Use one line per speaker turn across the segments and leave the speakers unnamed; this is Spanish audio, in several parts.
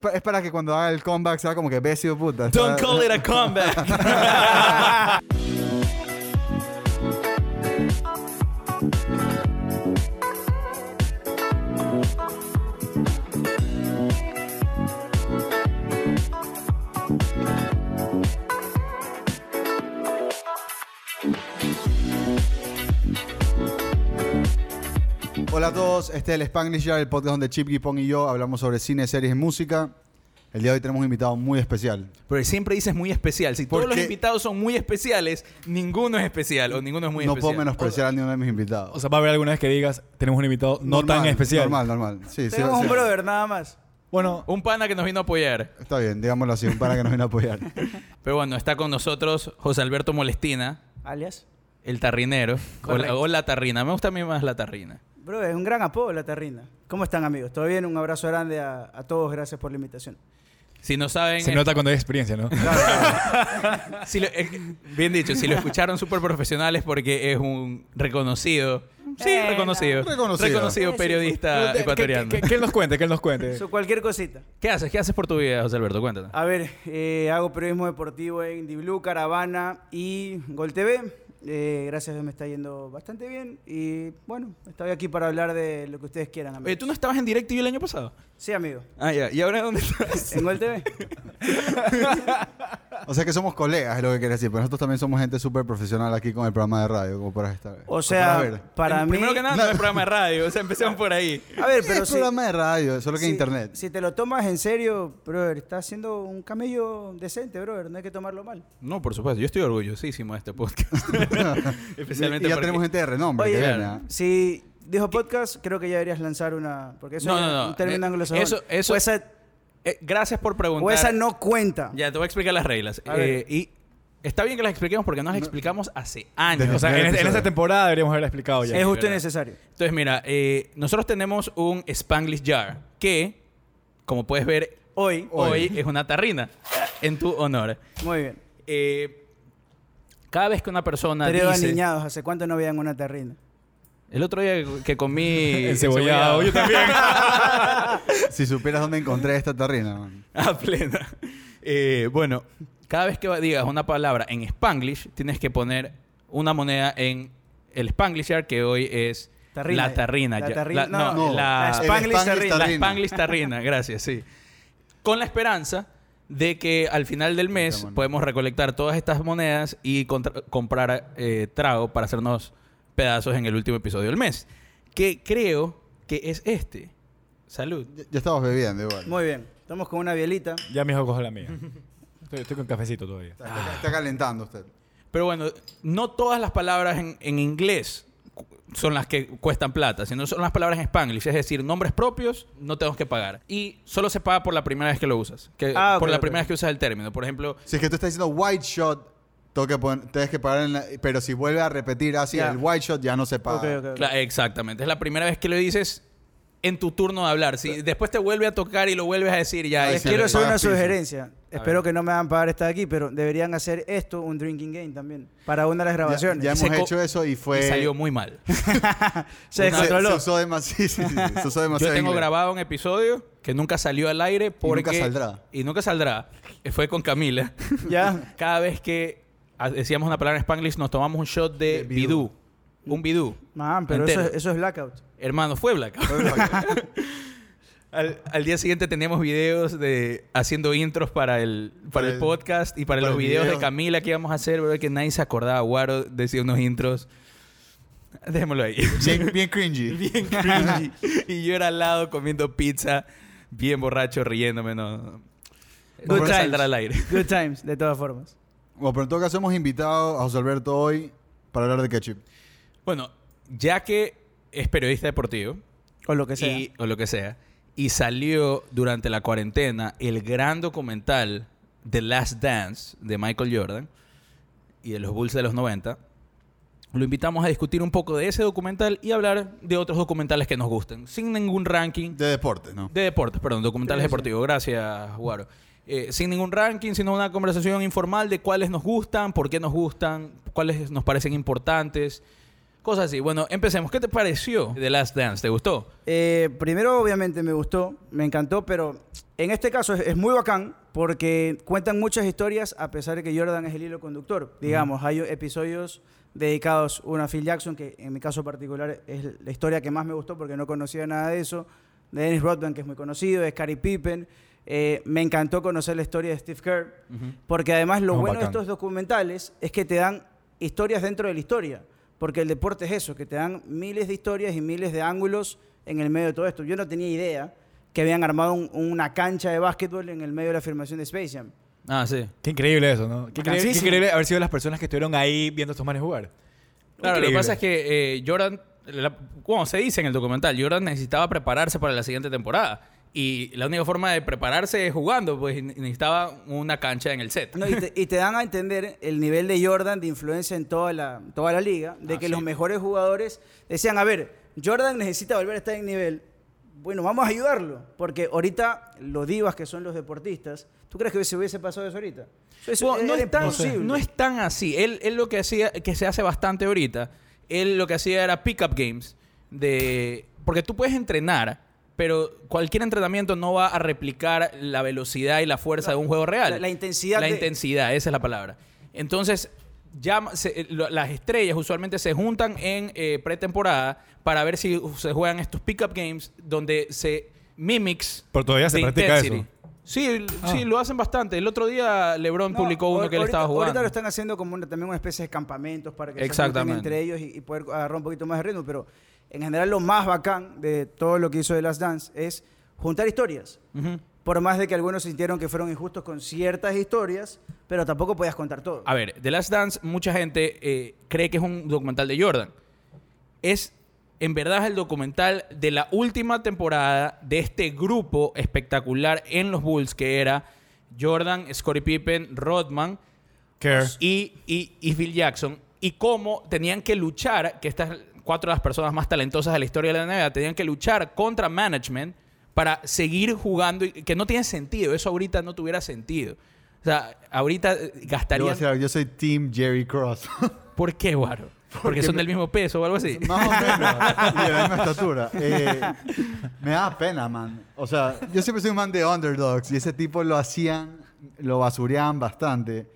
pa- es para que cuando haga el comeback sea como que besio puta.
Don't
¿sabes?
call it a comeback.
Hola a todos, este es el Spanglish Yard, el podcast donde Chip Gipong y yo hablamos sobre cine, series y música. El día de hoy tenemos un invitado muy especial.
Pero siempre dices muy especial. Si todos
¿Por
los
qué?
invitados son muy especiales, ninguno es especial o ninguno es muy
no
especial.
puedo menospreciar a ninguno de mis invitados.
O sea, va a haber alguna vez que digas, tenemos un invitado no
Normal,
tan especial.
Normal, normal. Sí, sí,
Tenemos
sí.
un brother nada más.
Bueno,
Un pana que nos vino a apoyar.
Está bien, digámoslo así, un para que nos viene a apoyar.
Pero bueno, está con nosotros José Alberto Molestina,
Alias.
el tarrinero. O la,
Correcto.
o la tarrina. Me gusta a mí más la tarrina.
Bro, es un gran apodo la terrina. ¿Cómo están amigos? ¿Todo bien? Un abrazo grande a, a todos. Gracias por la invitación.
Si no saben...
se
eh,
nota cuando hay experiencia, ¿no?
si lo- eh, bien dicho, si lo escucharon súper profesionales porque es un reconocido... Sí,
Eh,
reconocido.
no. Reconocido.
Sí, sí.
periodista
Que-
ecuatoriano.
que- que- Que él nos cuente, que él nos cuente.
Eso, cualquier cosita.
¿Qué haces? ¿Qué haces por tu vida, José Alberto? Cuéntanos.
A ver, eh, hago periodismo deportivo en Diblu, Caravana y Gol TV. Eh, gracias a Dios me está yendo bastante bien. Y bueno, estoy aquí para hablar de lo que ustedes quieran, amigos.
Eh,
Oye, ¿tú no estabas en DirecTV el año pasado?
Sí, amigo.
Ah, ya. ¿Y ahora dónde estás?
En Gol TV.
O sea que somos colegas, es lo que quería decir, pero nosotros también somos gente súper profesional aquí con el programa de radio, como para estar.
O
para ver.
sea, para mí.
Eh, Primero que nada, no es programa de radio. O sea, empecemos por ahí.
A ver,
es
pero sí.
programa de radio, solo que
si,
internet.
Si te lo tomas en serio, brother, estás haciendo un camello decente, brother. No hay que tomarlo mal.
No, por supuesto. Yo estoy orgullosísimo de este podcast. Especialmente
y ya
porque-
tenemos gente de renombre que
Oye,
viene, ¿ah?
si dijo podcast, creo que ya deberías lanzar una. Porque eso
No,
es
no, no.
un término
Eh,
anglosajón.
eso- eso-
O esa,
Eh, gracias por
o
preguntar.
esa no cuenta.
Ya, te voy a explicar las reglas.
A ver.
Eh, y está bien que las expliquemos porque nos las explicamos hace años.
Desde-
O sea, en, este- en esta
episodio.
temporada deberíamos haberla explicado ya.
es justo y
verdad.
necesario.
Entonces, mira, eh, nosotros tenemos un Spanglish Jar que, como puedes ver,
Hoy.
hoy es una tarrina en tu honor.
Muy bien.
Eh, cada vez que una persona
Pero
dice...
niñados, ¿hace cuánto no veían una terrina?
El otro día que comí...
Encebollado. Yo también.
Si supieras dónde encontré esta tarrina. man.
A plena. Eh, bueno, cada vez que digas una palabra en Spanglish, tienes que poner una moneda en el Spanglisher, que hoy es
Tarrina.
la tarrina.
eh. La
ya-
tarrina-
no,
no,
no.
la,
La
la
Spanglish
El
tarrina.
Spanglish tarrina, gracias, sí. Con la esperanza de que al final del mes
Puta, mano.
podemos recolectar todas estas monedas y contra- comprar eh, trago para hacernos pedazos en el último episodio del mes. Que creo que es este. Salud.
Ya, ya estabas bebiendo igual.
Muy bien. Estamos con una bielita.
Ya mis ojos la mía. Estoy, estoy con cafecito todavía.
Está, está- está calentando usted.
Pero bueno, no todas las palabras en, en inglés cu- son las que cuestan plata, sino son las palabras en spanglish, es decir, nombres propios no tenemos que pagar. Y solo se paga por la primera vez que lo usas, que,
Ah,
por
ok,
la
ok.
primera vez que usas el término. Por ejemplo,
Si es que tú estás diciendo white shot, tengo que pon- tienes que pagar en la- Pero si vuelve a repetir así
Ya.
el white shot, ya no se paga.
Ok, ok, ok.
cla- exactamente, es la primera vez que lo dices en tu turno de hablar. Si después te vuelve a tocar y lo vuelves a decir, ya
Ahí
es
sí.
Quiero
le
hacer
pagas
una
piso.
sugerencia.
ver.
Espero que no me hagan pagar esta de aquí, pero deberían hacer esto un drinking game también. Para una de las
Ya,
grabaciones.
ya
Se
hemos
co-
hecho eso y fue.
y salió muy mal.
Se
se, se
descontroló.
usó demasiado. se usó
Yo
demasiado
tengo
inglés.
grabado un episodio que nunca salió al aire porque...
saldrá.
Y nunca saldrá. Eh, Fue con Camila.
Ya.
Cada vez que ah, decíamos una palabra en Spanglish, nos tomamos un shot
De
de, bidú.
bidú.
Un bidú.
Man, pero eso,
Entero.
eso es blackout.
Hermano, fue blanca. al, al día siguiente teníamos videos de haciendo intros para el, para
Para
el,
el-
podcast y para,
para
los
el
videos
video.
de Camila que íbamos a hacer, bro, que nadie se acordaba. Guaro decía unos intros. Dejémoslo ahí.
Bien, bien cringy.
bien cringy. y yo era al lado comiendo pizza, bien borracho, riéndome. No, no.
Good
Nunca
times.
saldrá al aire.
Good times, de todas formas.
Bueno, pero en todo caso hemos invitado a José Alberto hoy para hablar de ketchup.
Bueno, ya que es periodista deportivo,
O lo que sea.
y, o lo que sea. Y salió durante la cuarentena el gran documental The Last Dance de Michael Jordan y de los Bulls de los 90. Lo invitamos a discutir un poco de ese documental y hablar de otros documentales que nos gusten, sin ningún ranking
De deporte, ¿no?
de deportes, perdón, documentales
Sí, sí.
deportivos. Gracias, Guaro. Eh, sin ningún ranking, sino una conversación informal de cuáles nos gustan, por qué nos gustan, cuáles nos parecen importantes, Cosas así. Bueno, empecemos. ¿Qué te pareció The Last Dance? ¿Te gustó?
Eh, primero, obviamente, me gustó, me encantó, pero en este caso es, es muy bacán porque cuentan muchas historias a pesar de que Jordan es el hilo conductor. Digamos, hay episodios dedicados uno a Phil Jackson, que en mi caso particular es la historia que más me gustó porque no conocía nada de eso, de Dennis Rodman, que es muy conocido, de Scottie Pippen. Eh, me encantó conocer la historia de Steve Kerr, porque además lo
Oh,
bueno de
bacán.
estos documentales es que te dan historias dentro de la historia, porque el deporte es eso, que te dan miles de historias y miles de ángulos en el medio de todo esto. Yo no tenía idea que habían armado un- una cancha de básquetbol en el medio de la filmación de Space Jam.
Ah, sí.
Qué increíble eso, ¿no? Qué increíble, qué
Bacanísimo.
increíble haber sido las personas que estuvieron ahí viendo a estos manes jugar.
Claro, lo que
Increíble.
pasa es que eh, Jordan, la- como se dice en el documental, Jordan necesitaba prepararse para la siguiente temporada. Y la única forma de prepararse es jugando, pues y ne- necesitaba una cancha en el set.
No, y, te, y te dan a entender el nivel de Jordan de influencia en toda la, toda la liga, de
Ah,
que
sí.
los mejores jugadores decían, a ver, Jordan necesita volver a estar en nivel. Bueno, vamos a ayudarlo, porque ahorita los divas que son los deportistas, ¿tú crees que se hubiese pasado eso ahorita? Eso
Bueno, no,
era
es tan,
imposible.
no es tan así. Él, él lo que hacía, que se hace bastante ahorita, él lo que hacía era pick-up games. De, porque tú puedes entrenar, pero cualquier entrenamiento no va a replicar la velocidad y la fuerza de un juego real.
la- la intensidad
La
de-
intensidad, esa es la palabra. Entonces, llama- se- eh, lo- las estrellas usualmente se juntan en eh, pretemporada para ver si se juegan estos pick-up games donde se mimics.
Pero todavía se
de
practica
intensity. Sí, l- sí, lo hacen bastante. El otro día LeBron
Ah. No,
publicó uno
ahor-
que él
ahorita-
estaba jugando.
Ahorita lo están haciendo como una- también una especie de campamentos para que se junten
Exactamente.
entre ellos y, y poder agarrar un poquito más de ritmo. Pero en general lo más bacán de todo lo que hizo de Last Dance es juntar historias.
Ujú.
Por más de que algunos sintieron que fueron injustos con ciertas historias, pero tampoco podías contar todo.
A ver, The Last Dance, mucha gente eh, cree que es un documental de Jordan. Es, en verdad, el documental de la última temporada de este grupo espectacular en los Bulls, que era Jordan, Scottie Pippen, Rodman
Care.
y, y, y Phil Jackson. Y cómo tenían que luchar, que estas cuatro de las personas más talentosas de la historia de la NBA, tenían que luchar contra management para seguir jugando, y- que no tiene sentido. Eso ahorita no tuviera sentido. O sea, ahorita
Yo,
eh,
voy a
gastarían...
decir algo, yo soy Team Jerry Cross.
¿Por qué, Guaro? Porque, son del mismo peso o algo así.
Más o menos. y de la misma estatura. Eh, me da pena, man. O sea, yo siempre soy un man de underdogs y ese tipo lo hacían, lo basureaban bastante.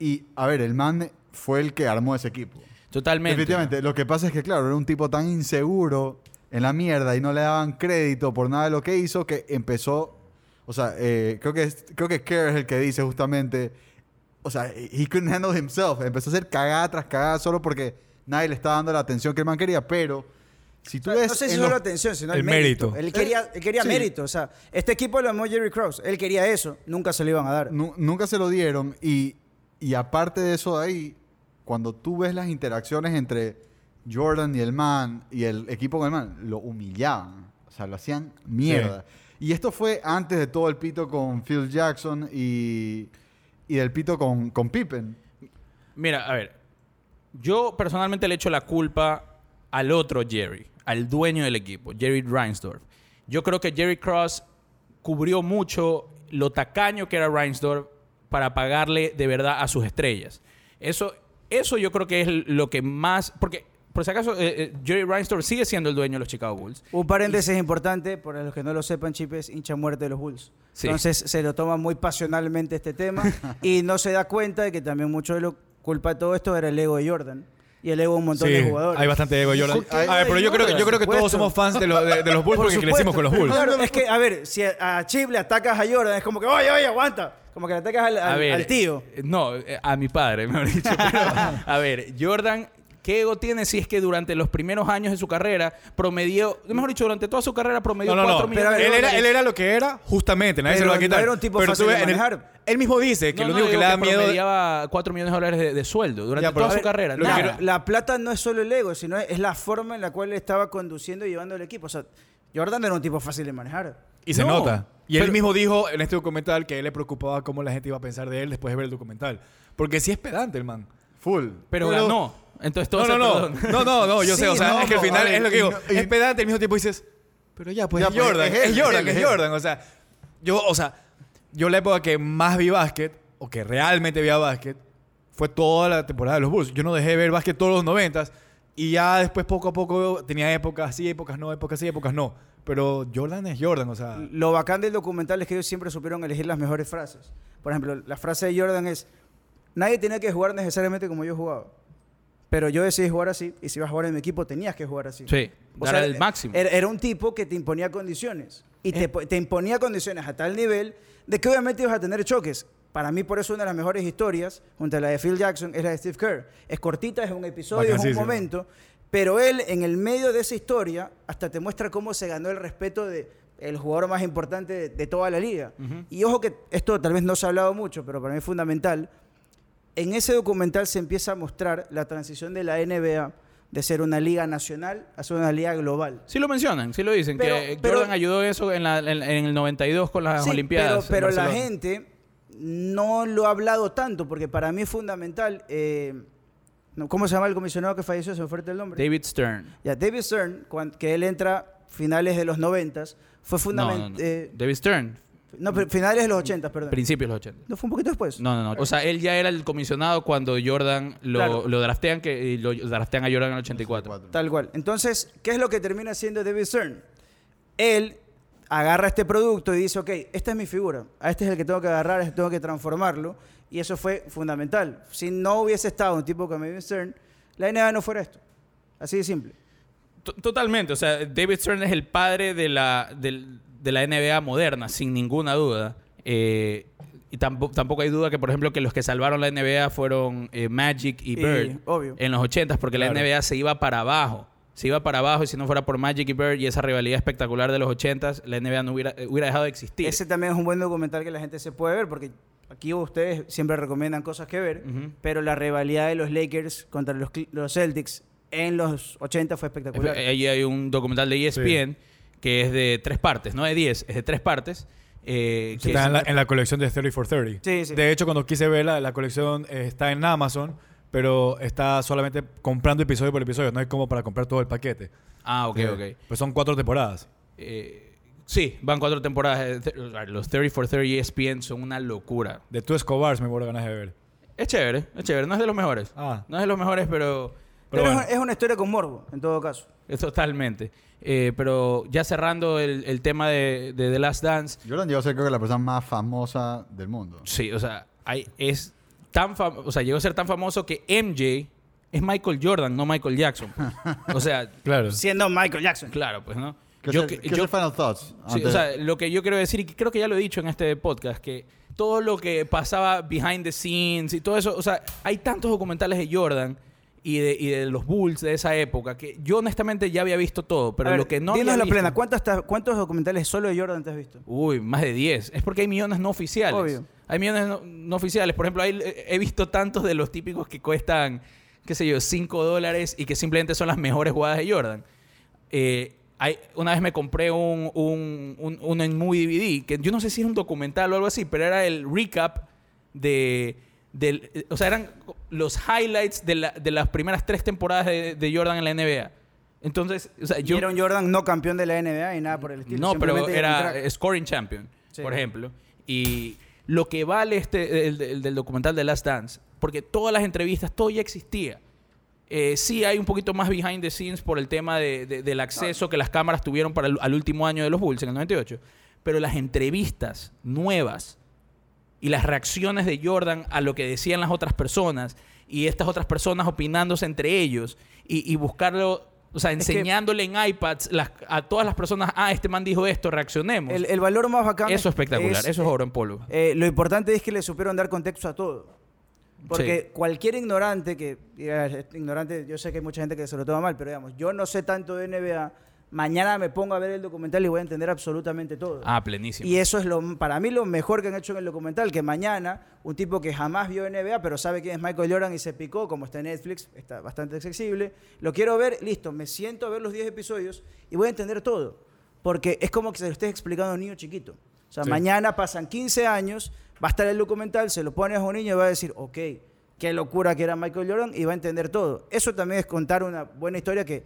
Y, a ver, el man fue el que armó ese equipo.
Totalmente.
Definitivamente. Lo que pasa es que, claro, era un tipo tan inseguro en la mierda y no le daban crédito por nada de lo que hizo que empezó. O sea, eh, creo que es- creo que Kerr es el que dice justamente. O sea, he couldn't handle himself. Empezó a hacer cagada tras cagada solo porque nadie le estaba dando la atención que el man quería. Pero si tú
O sea,
ves.
no sé si
en
solo
los-
atención, sino el,
el
mérito.
mérito.
Él quería, él quería
sí.
mérito. O sea, este equipo lo llamó Jerry Cross. Él quería eso. Nunca se lo iban a dar.
Nu- nunca se lo dieron y, y aparte de eso de ahí, cuando tú ves las interacciones entre Jordan y el man y el equipo con el man, lo humillaban, o sea, lo hacían mierda. Y esto fue antes de todo el pito con Phil Jackson y, y del pito con, con Pippen.
Mira, a ver. Yo personalmente le echo la culpa al otro Jerry, al dueño del equipo, Jerry Reinsdorf. Yo creo que Jerry Cross cubrió mucho lo tacaño que era Reinsdorf para pagarle de verdad a sus estrellas. Eso, eso yo creo que es lo que más. Porque, por si acaso, eh, eh, Jerry Reinsdorf sigue siendo el dueño de los Chicago Bulls.
Un paréntesis importante, para los que no lo sepan, Chip es hincha muerte de los Bulls.
Sí.
Entonces se lo toma muy pasionalmente este tema y no se da cuenta de que también mucho de lo culpa de todo esto era el ego de Jordan y el ego de un montón
Sí,
de jugadores.
hay bastante ego de Jordan.
¿Por qué
A ver, pero yo
Jordan?
creo, que- yo creo que
Por
todos
supuesto.
somos fans de, lo- de- de los Bulls porque
supuesto.
crecimos con los Bulls.
Claro, es que, a ver, si a, a Chip le atacas a Jordan, es como que, oye, oye, aguanta. Como que le atacas al,
A
al-
ver,
al tío.
eh, No, eh, a mi padre, me han dicho. pero, a ver, Jordan, ¿qué ego tiene si es que durante los primeros años de su carrera promedió, mejor dicho, durante toda su carrera promedió
No, no,
4
no.
millones
Pero
de
él,
dólares?
era, él era lo que era, justamente. Nadie se
Pero
lo va a quitar.
no era un tipo
Pero
fácil
tú ves,
de
en el-
manejar.
él mismo dice que
No,
lo
no,
único que
digo
le da miedo.
promediaba 4 millones de dólares de, de sueldo durante
Ya, pero-
toda
a
su
ver,
carrera.
lo que
nada.
quiero-
La plata no es solo el ego, sino es, es la forma en la cual él estaba conduciendo y llevando el equipo. O sea, Jordan no era un tipo fácil de manejar.
Y se
No,
nota. Y él
pero-
mismo dijo en este documental que a él le preocupaba cómo la gente iba a pensar de él después de ver el documental. Porque sí es pedante el man.
Full.
Pero
Pero-
ganó. Entonces todo
No, no,
se
no.
perdona.
No, no, no. Yo
Sí,
sé. O sea,
no,
es que al
no,
final
a ver,
es lo que digo.
y no- y-
es pedante. Al mismo tiempo dices, pero ya, pues
Ya,
es
pues,
Jordan.
es
Es,
él, es
Jordan,
él,
es,
es él.
Jordan. O sea, yo, o sea, yo la época que más vi básquet, o que realmente vi a básquet, fue toda la temporada de los Bulls. Yo no dejé de ver básquet todos los noventas. Y ya después poco a poco tenía épocas sí, épocas no, épocas sí, épocas no. Pero Jordan es Jordan, o sea.
Lo bacán del documental es que ellos siempre supieron elegir las mejores frases. Por ejemplo, la frase de Jordan es, nadie tenía que jugar necesariamente como yo jugaba. Pero yo decidí jugar así y si ibas a jugar en mi equipo tenías que jugar así.
Sí,
O
dar
sea,
el máximo.
Era, era un tipo que te imponía condiciones. Y te, po- te imponía condiciones a tal nivel de que obviamente ibas a tener choques. Para mí, por eso una de las mejores historias, junto a la de Phil Jackson, es la de Steve Kerr. Es cortita, es un episodio, es un
Bacanísimo.
momento. Pero él, en el medio de esa historia, hasta te muestra cómo se ganó el respeto de el jugador más importante de, de toda la liga. Y ojo que esto tal vez no se ha hablado mucho, pero para mí es fundamental. En ese documental se empieza a mostrar la transición de la NBA de ser una liga nacional a ser una liga global.
Sí lo mencionan, sí lo dicen,
Pero-
que
pero-
Jordan ayudó eso en, la- en- en el 92 con las
Sí,
Olimpiadas.
Pero,
en
pero la
Barcelona.
gente no lo ha hablado tanto, porque para mí es fundamental. eh, no, ¿Cómo se llama el comisionado que falleció? Se me fue ahorita el nombre.
David Stern.
Ya, David Stern, cuan- que él entra finales de los 90, fue
No,
fundamental.
no, no.
eh,
David Stern,
finales de los 80, perdón.
principios de los 80.
No, fue un poquito después.
No, no, no. O sea, él ya era el comisionado cuando Jordan lo,
Claro.
lo draftean que y lo draftean a Jordan en el 84.
Tal cual. Entonces, ¿qué es lo que termina haciendo David Stern? Él agarra este producto y dice, ok, esta es mi figura, a este es el que tengo que agarrar, a este tengo que transformarlo, y eso fue fundamental. Si no hubiese estado un tipo como David Stern, la NBA no fuera esto. Así de simple.
T- Totalmente, o sea, David Stern es el padre de la, del- de la NBA moderna, sin ninguna duda. Eh, y tampoco, tampoco hay duda que, por ejemplo, que los que salvaron la NBA fueron eh, Magic y
Y,
Bird
obvio.
en los 80s, porque
Claro.
la NBA se iba para abajo. Se iba para abajo y si no fuera por Magic y Bird y esa rivalidad espectacular de los 80s, la NBA no hubiera, eh, hubiera dejado de existir.
Ese también es un buen documental que la gente se puede ver, porque aquí ustedes siempre recomiendan cosas que ver,
Ujú.
pero la rivalidad de los Lakers contra los, Cl- los Celtics en los 80 fue espectacular.
Eh, Ahí hay un documental de E ESPN que es de tres partes, no de 10, es de tres partes. eh, que
está
es-
en la, en la colección de 30 for 30.
Sí, sí.
De hecho, cuando quise verla, la colección eh, está en Amazon, pero está solamente comprando episodio por episodio. No hay como para comprar todo el paquete.
Ah, ok,
Sí.
ok.
Pues son cuatro temporadas.
Eh, sí, van cuatro temporadas. eh, th- Los 30 for E 30 ESPN son una locura.
De tu Escobar me muero ganas de ver.
Es chévere, es chévere. No es de los mejores.
Ah.
No es de los mejores, pero...
Pero
pero es-
bueno.
es una historia con morbo, en todo caso.
eh, Totalmente. Eh, pero ya cerrando el, el tema de, de The Last Dance,
Jordan llegó a ser creo que la persona más famosa del mundo.
sí, o sea, hay, es tan fam- o sea, llegó a ser tan famoso que MJ es Michael Jordan, no Michael Jackson. pues. o sea,
Claro.
Siendo Michael Jackson.
claro, pues, ¿no?
¿Qué
Yo
es
que-
el- qué es
yo-
el final thoughts?
Sí, o
Antes-
sea, lo que yo quiero decir, y que creo que ya lo he dicho en este podcast, que todo lo que pasaba behind the scenes y todo eso, o sea, hay tantos documentales de Jordan y de, y de los Bulls de esa época que yo honestamente ya había visto todo, pero
A ver,
lo que no
Dinos
había
la
visto-
plena, ¿cuántas te- ¿cuántos documentales solo de Jordan te has visto?
Uy, más de 10. Es porque hay millones no oficiales.
Obvio.
Hay millones no, no oficiales. Por ejemplo, hay- eh, he visto tantos de los típicos que cuestan, qué sé yo, 5 dólares y que simplemente son las mejores jugadas de Jordan. Eh, hay, una vez me compré un, un, un, un en muy DVD, que yo no sé si es un documental o algo así, pero era el recap de... Del, eh, o sea, eran los highlights de, la- de las primeras tres temporadas de, de Jordan en la NBA. Entonces, o sea,
Yo,
Eh, yo...
era un Jordan no campeón de la NBA y nada por el estilo.
No, pero
simplemente un
era
crack.
scoring champion,
Sí.
por ejemplo. Y lo que vale este el, el del documental de Last Dance, porque todas las entrevistas, todo ya existía. Eh, sí hay un poquito más behind the scenes por el tema de- de- del acceso que las cámaras tuvieron para el al último año de los Bulls en el 98. Pero las entrevistas nuevas y las reacciones de Jordan a lo que decían las otras personas y estas otras personas opinándose entre ellos y, y buscarlo, o sea,
que-
enseñándole en iPads las- a todas las personas, ah, este man dijo esto, reaccionemos.
el, el valor más bacán.
eso es espectacular, eso es oro en polvo.
eh, lo importante es que le supieron dar contexto a todo. Porque
Sí.
cualquier ignorante que. diga, "Este Ignorante, yo sé que hay mucha gente que se lo toma mal, pero digamos, yo no sé tanto de NBA. Mañana me pongo a ver el documental y voy a entender absolutamente todo.
Ah, plenísimo.
Y eso es lo, para mí lo mejor que han hecho en el documental, que mañana un tipo que jamás vio NBA, pero sabe quién es Michael Jordan y se picó, como está en Netflix, está bastante accesible, lo quiero ver, listo, me siento a ver los 10 episodios y voy a entender todo, porque es como que se lo estés explicando a un niño chiquito. O sea,
Sí.
mañana pasan 15 años, va a estar el documental, se lo pones a un niño y va a decir, ok, qué locura que era Michael Jordan y va a entender todo. Eso también es contar una buena historia que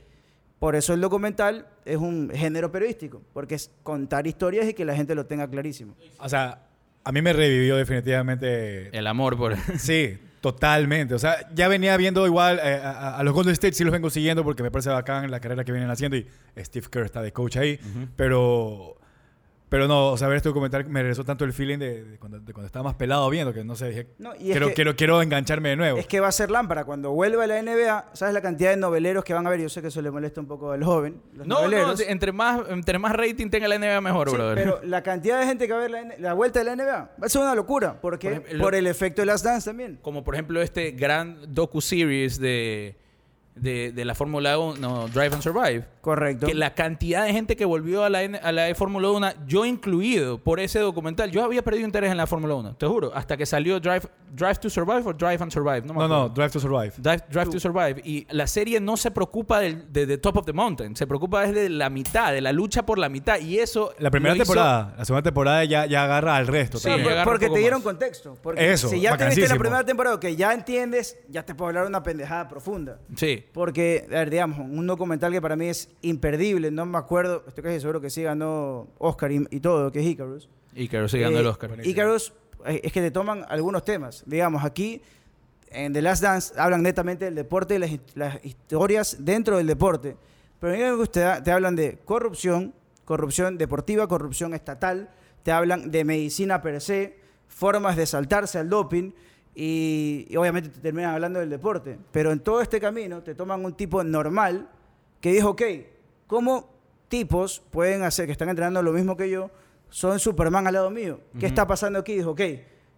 por eso el documental es un género periodístico, porque es contar historias y que la gente lo tenga clarísimo.
O sea, a mí me revivió definitivamente.
el amor por...
Sí, Totalmente. O sea, ya venía viendo igual eh, a, a- a los Golden State, sí los vengo siguiendo porque me parece bacán la carrera que vienen haciendo y Steve Kerr está de coach ahí. Pero. Pero no, o sea, ver este documental me regresó tanto el feeling de, de cuando, de cuando estaba más pelado viendo, que no sé, dije,
No, y es
quiero,
que-
quiero, quiero engancharme de nuevo.
Es que va a ser lámpara. Cuando vuelva a la NBA, ¿sabes la cantidad de noveleros que van a haber? Yo sé que eso le molesta un poco al joven. Los
No, no,
noveleros.
de- entre más, entre más rating tenga la NBA mejor,
Sí,
brother.
pero la cantidad de gente que va a ver la, N- la vuelta de la NBA va a ser una locura. ¿Por qué?
Por
Por,
ejemplo, lo-
el efecto de las dance también.
Como por ejemplo este gran docu-series de, de, de la Fórmula 1, no, Drive and Survive.
Correcto.
Que la cantidad de gente que volvió a la, N- a la de Fórmula 1, yo incluido por ese documental, yo había perdido interés en la Fórmula 1, te juro, hasta que salió Drive, Drive to Survive o Drive and Survive. No, me
no,
acuerdo.
no, Drive to Survive.
Drive, Drive to Survive. Y la serie no se preocupa del- de, de Top of the Mountain, se preocupa desde la mitad, de la lucha por la mitad. Y eso.
La primera
lo hizo-
temporada, la segunda temporada ya, ya agarra al resto.
Sí,
también.
Por-
agarra un
porque
poco
te dieron
más.
contexto. Porque
Eso,
si ya te viste la
bacanísimo.
primera temporada que ya entiendes, ya te puedo hablar una pendejada profunda.
Sí.
Porque, a ver, digamos, un documental que para mí es imperdible, no me acuerdo, estoy casi seguro que sí ganó Oscar y, y todo, que es Icarus.
Y claro, sí, ganó
Eh,
el Oscar.
Icarus, eh, es que te toman algunos temas. Digamos, aquí en The Last Dance hablan netamente del deporte y las, his- las historias dentro del deporte. Pero en Icarus te, da- te hablan de corrupción, corrupción deportiva, corrupción estatal, te hablan de medicina per se, formas de saltarse al doping. Y, y obviamente te terminan hablando del deporte. Pero en todo este camino te toman un tipo normal que dijo, ok, ¿cómo tipos pueden hacer, que están entrenando lo mismo que yo, son Superman al lado mío. ¿Qué está pasando aquí? Dijo, ok,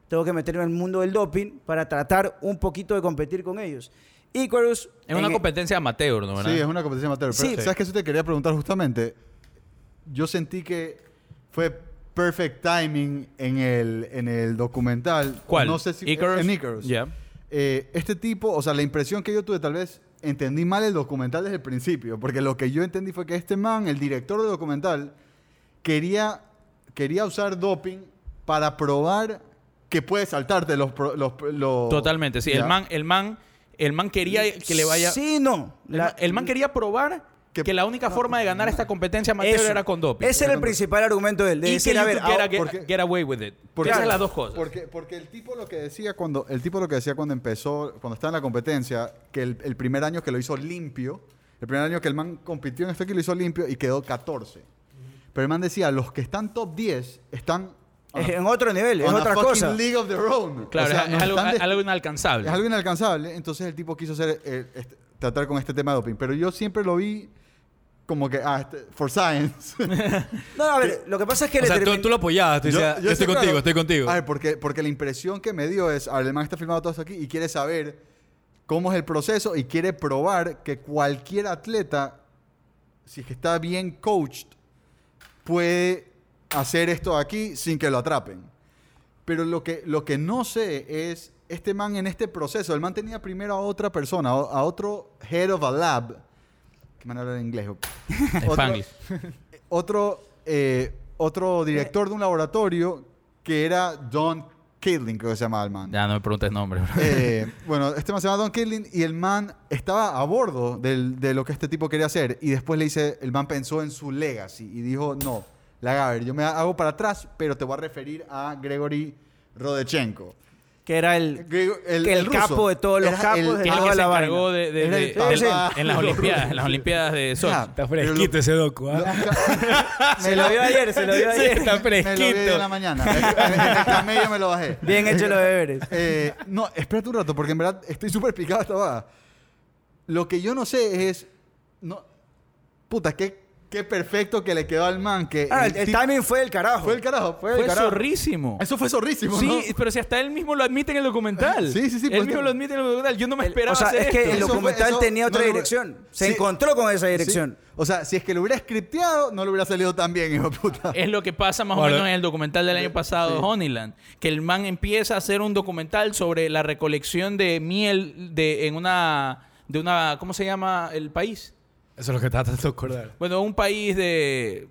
tengo que meterme en el mundo del doping para tratar un poquito de competir con ellos. Icarus...
Es una
en- e-
competencia amateur, ¿no? ¿verdad?
Sí, es una competencia amateur. Pero,
Sí.
¿Sabes qué? Eso te quería preguntar justamente. Yo sentí que fue perfect timing en el, en el documental.
¿Cuál?
No sé si...
Icarus.
En Icarus.
Ya.
Eh, este tipo, o sea, la impresión que yo tuve, tal vez entendí mal el documental desde el principio, porque lo que yo entendí fue que este man, el director del documental, quería, quería usar doping para probar que puede saltarte los... pro- los, los-
Totalmente, sí. El
Ya.
man, el man, el man quería que le vaya.
Sí, no.
el,
La-
man, el man quería probar que,
Que-
la única forma de ganar esta competencia amateur
eso.
era con doping.
Ese
Era
era el
con doping.
principal argumento de él. De
y que
decir, a
you
ver,
could get,
ah,
a- get-
porque-
get away with it.
porque-
Esas son las dos cosas.
Porque, porque el tipo lo que decía cuando el tipo lo que decía cuando empezó, cuando estaba en la competencia, que el, el primer año que lo hizo limpio, el primer año que el man compitió en esto que lo hizo limpio y quedó 14. Pero el man decía, los que están top 10 están
es en otro nivel, es
on a
otra
fucking
cosa.
League of Their Own.
claro,
O sea,
es- es,
nos
algo,
están
es
des-
algo inalcanzable.
es algo inalcanzable. Entonces el tipo quiso hacer, eh, este- tratar con este tema de doping. Pero yo siempre lo vi como que, ah, este- for science.
No, a ver, lo que pasa es que
O
le
sea, tú,
termin-
tú lo apoyabas, tú decías, yo, estoy
sí, claro.
contigo, estoy contigo.
A ver, porque, porque la impresión que me dio es, además está filmado todo esto aquí y quiere saber cómo es el proceso y quiere probar que cualquier atleta, si es que está bien coached, puede hacer esto aquí sin que lo atrapen. Pero lo que, lo que no sé es, este man en este proceso, el man tenía primero a otra persona, a- a otro head of a lab, que me van a hablar en inglés. ok
Spanglish.
otro, eh, otro director de un laboratorio que era Don Kidling, creo que se llamaba el man.
Ya no me preguntes nombre. bro.
Eh, bueno, este man se llama Don Kidling y el man estaba a bordo del- de lo que este tipo quería hacer. Y después le dice, el man pensó en su legacy y dijo, no, la Gaber, yo me hago para atrás, pero te voy a referir a Gregory Rodechenko.
que era el,
Grego- el,
que el
ruso.
capo de todos los
Era
capos
el-
de
Que es el
toda
que se
la vaina.
encargó de, de-
Era
de-
el-
del-
Sí.
en las Olimpiadas, en las Olimpiadas de Sochi.
Ah,
Está
pero lo-
fresquito ese docu, ¿ah?
lo-
Se lo vio ayer, se lo vio
Sí,
ayer.
está
Me lo vi
fresquito.
en la mañana. En el camello me lo bajé.
Bien hecho los deberes.
Eh, no, espérate un rato, porque en verdad estoy súper picado esta vaga. Lo que yo no sé es. No, puta, qué, qué perfecto que le quedó al man. Que
Ah, el, el
tip-
timing fue el carajo.
Fue el carajo. Fue, el
Fue
carajo.
zorrísimo.
Eso fue zorrísimo.
Sí,
¿no?
pero si hasta él mismo lo admite en el documental.
Sí, sí, sí,
Él
pues, no.
mismo lo admite en el documental. Yo no me
El-
esperaba
o sea,
hacer
es que
esto.
el
Eso fue-
documental
eso
tenía
no
otra
lo-
dirección. Se
Sí.
encontró con esa dirección.
Sí. O sea, si es que lo hubiera scripteado, no lo hubiera salido tan bien, hijo de puta.
Es lo que pasa más
Ahora-
o menos en el documental del año pasado, Honeyland. Que el man empieza a hacer un documental sobre la recolección de miel de, en una, de una... ¿Cómo se llama el país?
Eso es lo que estaba tratando de acordar.
Bueno, un país de,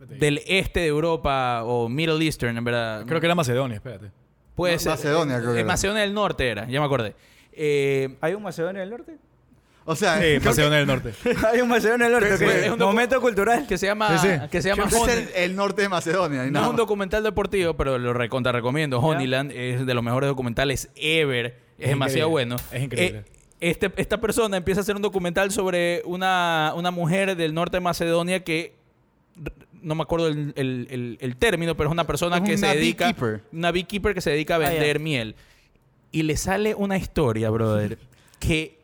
del este de Europa o Middle Eastern, en verdad.
Creo que era Macedonia, espérate.
Puede
Ma-
ser.
Macedonia, creo que
Eh,
era.
Macedonia del Norte era, ya me acordé. Eh,
¿Hay un Macedonia del Norte?
O sea,
Sí,
creo que-
Macedonia del Norte.
Hay un Macedonia del Norte.
Sí,
ok.
sí. Es un docu-
Momento cultural.
que se llama...
Sí, sí.
Que se llama
creo que
Honey-
es el, el norte de Macedonia. y
No es
nada
un
más.
documental deportivo, pero lo recontra recomiendo. Honeyland es de los mejores documentales ever Es demasiado
increíble,
bueno.
es increíble.
este- esta persona empieza a hacer un documental sobre una, una mujer del norte de Macedonia que r- no me acuerdo el, el- el- el término, pero es una persona
Es
que se
una
dedica.
beekeeper.
Una beekeeper que se dedica a
Ah, ya.
vender miel. Y le sale una historia, brother, que,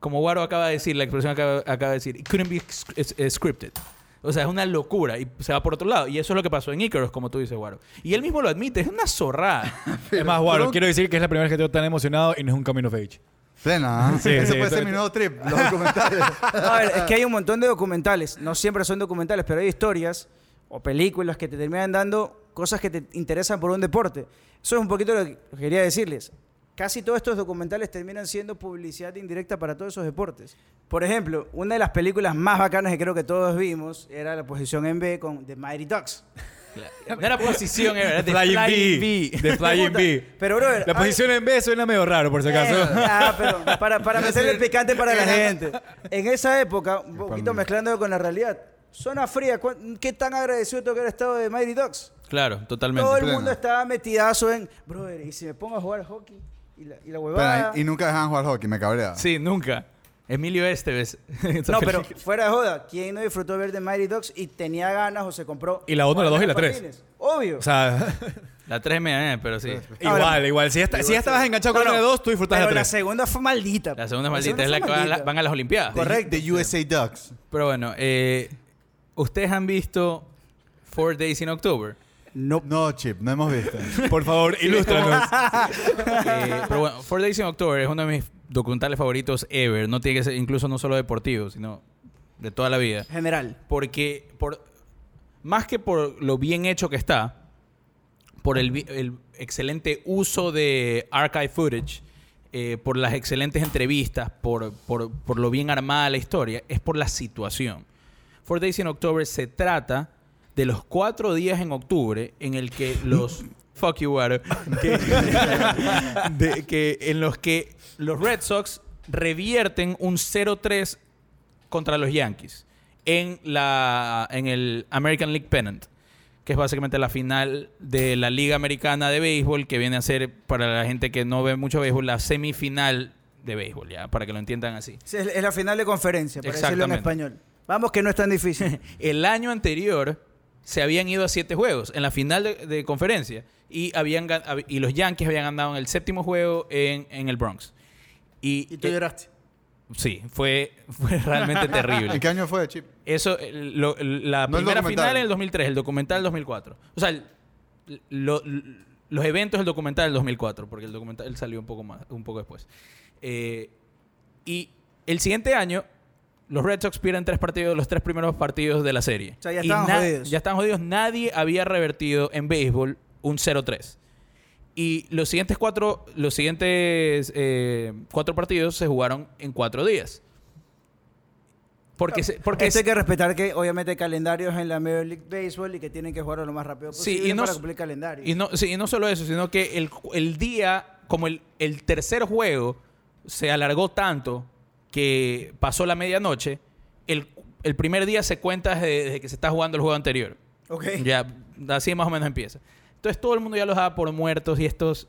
como Guaro acaba de decir, la expresión acaba, acaba de decir, it couldn't be s- s- eh, scripted. O sea, es una locura y se va por otro lado. Y eso es lo que pasó en Icarus, como tú dices, Guaro. Y él mismo lo admite, es una zorrada.
Es más, Guaro,
Pero-
quiero decir que es la primera vez que estoy tan emocionado y no es un coming of age.
Plena. ¿ah?
Sí,
Ese
sí,
puede
to-
ser mi nuevo trip, los documentales.
A ver, es que hay un montón de documentales. No siempre son documentales, pero hay historias o películas que te terminan dando cosas que te interesan por un deporte. Eso es un poquito lo que quería decirles. Casi todos estos documentales terminan siendo publicidad indirecta para todos esos deportes. Por ejemplo, una de las películas más bacanas que creo que todos vimos era la posición en B con The Mighty Ducks.
No era posición, era de
Flying
Flying
B.
bee.
The Flying B.
Pero, brother,
La
hay-
posición en B suena medio raro, por si acaso.
Eh, ah, pero para, para meterle el picante para la gente. En esa época, un poquito
Palmero.
mezclándolo con la realidad, zona fría, ¿cuán- ¿qué tan agradecido tengo que haber estado de Mighty Ducks?
Claro, totalmente.
Todo el
plena.
mundo estaba metidazo en, brother, y si me pongo a jugar hockey y la, y la huevada.
Plena, y, y nunca dejaban jugar hockey, me cabrea.
Sí, nunca. Emilio Esteves. Esa
no, pero
película.
fuera de joda, ¿quién no disfrutó ver The Mighty Ducks y tenía ganas o se compró?
Y la uno, la dos y la tres.
patines? Obvio.
O sea,
La 3 me eh, pero sí.
igual, igual. Si ya, está- si ya estabas enganchado con
No,
la
no,
2, tú disfrutas
pero
la
la
3.
segunda fue maldita. pues.
La segunda es maldita, es la que
segunda fue
van a, la-
maldita.
van a las Olimpiadas.
Correcto.
De USA Ducks.
Pero bueno, eh, ustedes han visto Four Days in October.
No. No, Chip, no hemos visto.
Por favor, ilústranos.
Eh, pero bueno, Four Days in October es uno de mis documentales favoritos ever. No tiene que ser incluso no solo deportivo, sino de toda la vida.
General.
Porque por, más que por lo bien hecho que está, por el, vi- el excelente uso de archive footage, eh, por las excelentes entrevistas, por, por- por lo bien armada la historia, es por la situación. Four Days in October se trata de los cuatro días en octubre en el que los... Fuck you, Water. Que, de- que en los que los Red Sox revierten un 0-3 contra los Yankees en, la, en el American League Pennant, que es básicamente la final de la Liga Americana de Béisbol, que viene a ser, para la gente que no ve mucho béisbol, la semifinal de béisbol, ya, para que lo entiendan así.
Sí, Es es la final de conferencia, para decirlo en
Exactamente.
español. Vamos, que no es tan difícil.
El año anterior se habían ido a siete juegos en la final de, de conferencia y, habían, gan- hab- y los Yankees habían ganado en el séptimo juego en, en el Bronx. Y,
y tú
eh,
lloraste.
sí, fue, fue realmente terrible.
¿En qué año fue, Chip?
Eso, el- lo- la
No el
primera
documental.
final en el 2003, el documental en el 2004. O sea, el- lo- l- los eventos del documental en el 2004, porque el documental salió un poco, más, un poco después. Eh, y el siguiente año, los Red Sox pierden tres partidos, los tres primeros partidos de la serie.
O sea, ya
Y
estaban
na-
jodidos.
Ya estaban jodidos. Nadie había revertido en béisbol un 0-3. Y los siguientes cuatro, los siguientes eh, cuatro partidos se jugaron en cuatro días. Porque, se- porque
Porque
se-
hay que respetar que obviamente hay calendarios en la Major League Baseball y que tienen que jugar lo más rápido
Sí,
posible
y no
para
s-
cumplir calendario.
Y no, sí, y no solo eso, sino que el, ju- el día, como el, el tercer juego se alargó tanto que pasó la medianoche, el, el primer día se cuenta desde, desde que se está jugando el juego anterior.
Ok.
Ya, así más o menos empieza. Entonces todo el mundo ya los daba por muertos y estos,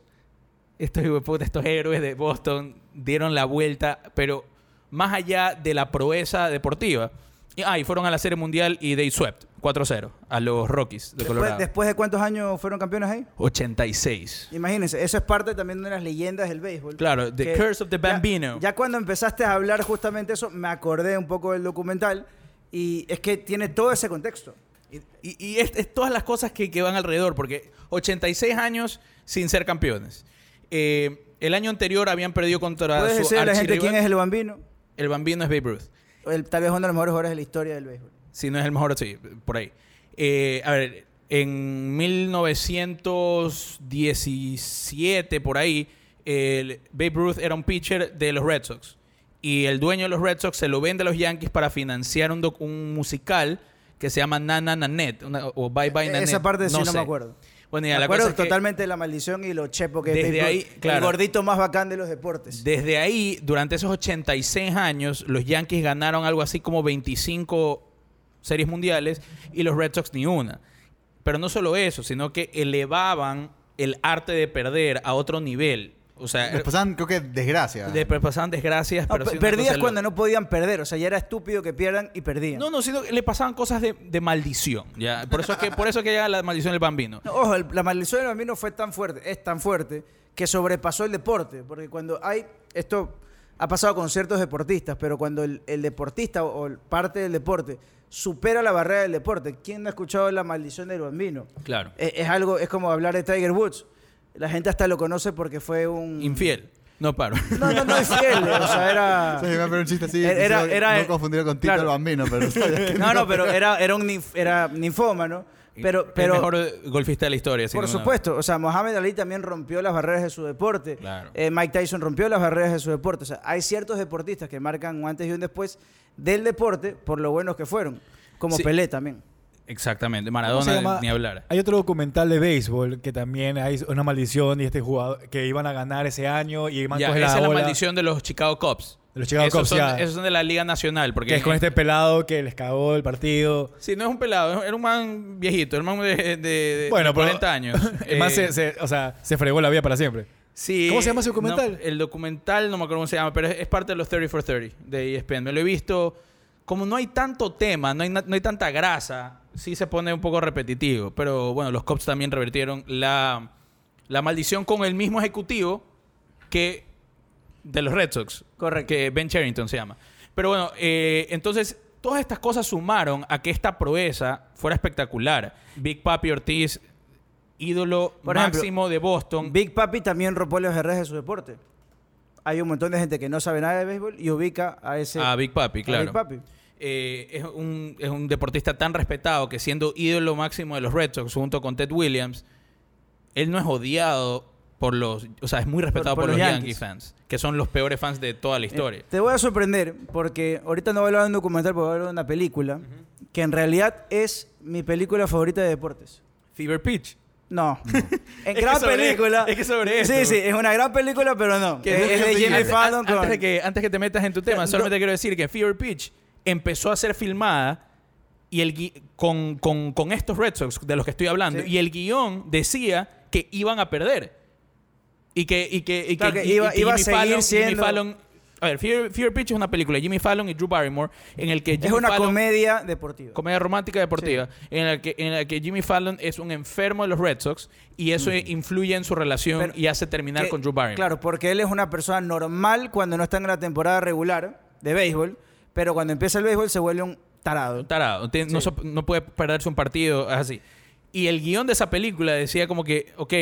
estos, hijueputa, estos héroes de Boston dieron la vuelta, pero más allá de la proeza deportiva. Y, ah, y fueron a la Serie Mundial y they swept 4-0 a los Rockies de
después,
Colorado.
después de cuántos años fueron campeones ahí?
86.
Imagínense, eso es parte también de las leyendas del béisbol.
Claro, The
Que
Curse of the
ya-
Bambino.
Ya, cuando empezaste a hablar justamente eso, me acordé un poco del documental y es que tiene todo ese contexto.
Y, y es, es todas las cosas que, que van alrededor, porque 86 años sin ser campeones. Eh, el año anterior habían perdido contra
Puedes
su
decirle a la gente
archirrival.
quién es el bambino,
El bambino es Babe Ruth.
El- tal vez uno de los mejores jugadores de la historia del béisbol.
Si no es el mejor, sí, por ahí. Eh, a ver, en 1917, por ahí, el Babe Ruth era un pitcher de los Red Sox. Y el dueño de los Red Sox se lo vende a los Yankees para financiar un, doc- un musical que se llama Nana Nanette una- o Bye Bye
E-
Nanette.
Esa parte sí no
sé.
me acuerdo.
Bueno, ya,
Me
la
acuerdo
cosa es que
totalmente de la maldición y lo chepo que es
Desde
Babe Ruth,
ahí, claro.
el gordito más bacán de los deportes.
Desde ahí, durante esos 86 años, los Yankees ganaron algo así como 25 series mundiales y los Red Sox ni una. Pero no solo eso, sino que elevaban el arte de perder a otro nivel. O sea,
Les pasaban, creo que, desgracia.
después pasaban desgracias,
No,
pero
pe-
sí una
perdidas
cosa-
cuando no podían perder. O sea, ya era estúpido que pierdan y perdían.
No, no, sino que le pasaban cosas de, de maldición. ¿ya? Por eso es que, por eso es que llega la maldición del bambino.
No, Ojo, el- la maldición del bambino fue tan fuerte, es tan fuerte, que sobrepasó el deporte. Porque cuando hay. Esto ha pasado con ciertos deportistas, pero cuando el, el deportista o, o el parte del deporte supera la barrera del deporte, ¿quién no ha escuchado la maldición del bambino?
Claro.
E, Es, es algo, es como hablar de Tiger Woods. La gente hasta lo conoce porque fue un.
Infiel. No paro.
No, no, no, infiel. o sea,
O sea, yo
era.
me acuerdo un chiste así.
Era- era-
quisiera
era-
no confundir con Tito
claro.
el Bambino, pero...
No, no, pero era, era un ninf- era ninfómano. Pero, pero,
el mejor eh, golfista de la historia. sin
Por
ninguna-
supuesto, o sea, Mohamed Ali también rompió las barreras de su deporte.
Claro.
Eh, Mike Tyson rompió las barreras de su deporte. O sea, hay ciertos deportistas que marcan un antes y un después del deporte por lo buenos que fueron, como
Sí.
Pelé también.
Exactamente.
¿Cómo se
Maradona
llama?
ni hablar.
Hay otro documental de béisbol que también hay una maldición y este jugador que iban a ganar ese año y man
Ya,
coge
esa es la
ola.
maldición de los Chicago Cubs.
De los Chicago
Esos
Cubs,
son-
ya.
Esos son de la Liga Nacional. Porque
Que es con este pelado que les cagó el partido.
Sí, no es un pelado, era un man viejito, era un man de, de- Eh, de
Bueno, pero-
40 años.
El man
Eh,
se, se- o sea, se fregó la vida para siempre.
sí,
¿Cómo se llama ese
no,
documental?
el documental, no me acuerdo cómo se llama, pero es, es parte de los 30 for 30 de E ESPN. Me lo he visto. Como no hay tanto tema, no hay, na- no hay tanta grasa, sí se pone un poco repetitivo. Pero bueno, los cops también revertieron la, la maldición con el mismo ejecutivo que de los Red Sox.
Correcto.
Que Ben Sherrington se llama. Pero bueno, eh, entonces todas estas cosas sumaron a que esta proeza fuera espectacular. Big Papi Ortiz, ídolo
Por ejemplo,
máximo de Boston.
Big Papi también rompió las barreras de su deporte. Hay un montón de gente que no sabe nada de béisbol y ubica a ese.
a Ah, Big Papi,
a
claro.
Big Papi.
Eh, es, un, es un deportista tan respetado que siendo ídolo máximo de los Red Sox junto con Ted Williams, él no es odiado por los... O sea, es muy respetado por,
por
los,
los
Yankee
Yankees.
fans, que son los peores fans de toda la historia.
Eh, te voy a sorprender porque ahorita no voy a hablar de un documental, voy a hablar de una película que en realidad es mi película favorita de deportes.
Fever Pitch.
No. en
que
gran
sobre-
película.
es que sobre
Sí,
eso.
sí, es una gran película, pero no.
Que
es,
es
es
lo que
de Jimmy
antes,
Fallon
antes
con.
de que, antes que te metas en tu tema,
No.
solamente quiero decir que Fever Pitch empezó a ser filmada y el gui- con, con- con estos Red Sox de los que estoy hablando.
Sí.
Y el guión decía que iban a perder. Y que, y que, y
Claro,
que-
que
y- y
iba-
que
iba a
Jimmy
seguir
Fallon, Jimmy
siendo-
Fallon. A ver, Fever, Fever Pitch es una película de Jimmy Fallon y Drew Barrymore en el que Jimmy
es una
Fallon-
comedia deportiva.
Comedia romántica deportiva. En, la que, en la que Jimmy Fallon es un enfermo de los Red Sox y eso influye en su relación
Pero-
y hace terminar
Que-
con Drew Barrymore.
Claro, porque él es una persona normal cuando no está en la temporada regular de béisbol, pero cuando empieza el béisbol se vuelve un tarado.
Un tarado. Tien- No,
Sí.
sop- no puede perderse un partido es así. Y el guión de esa película decía como que, ok,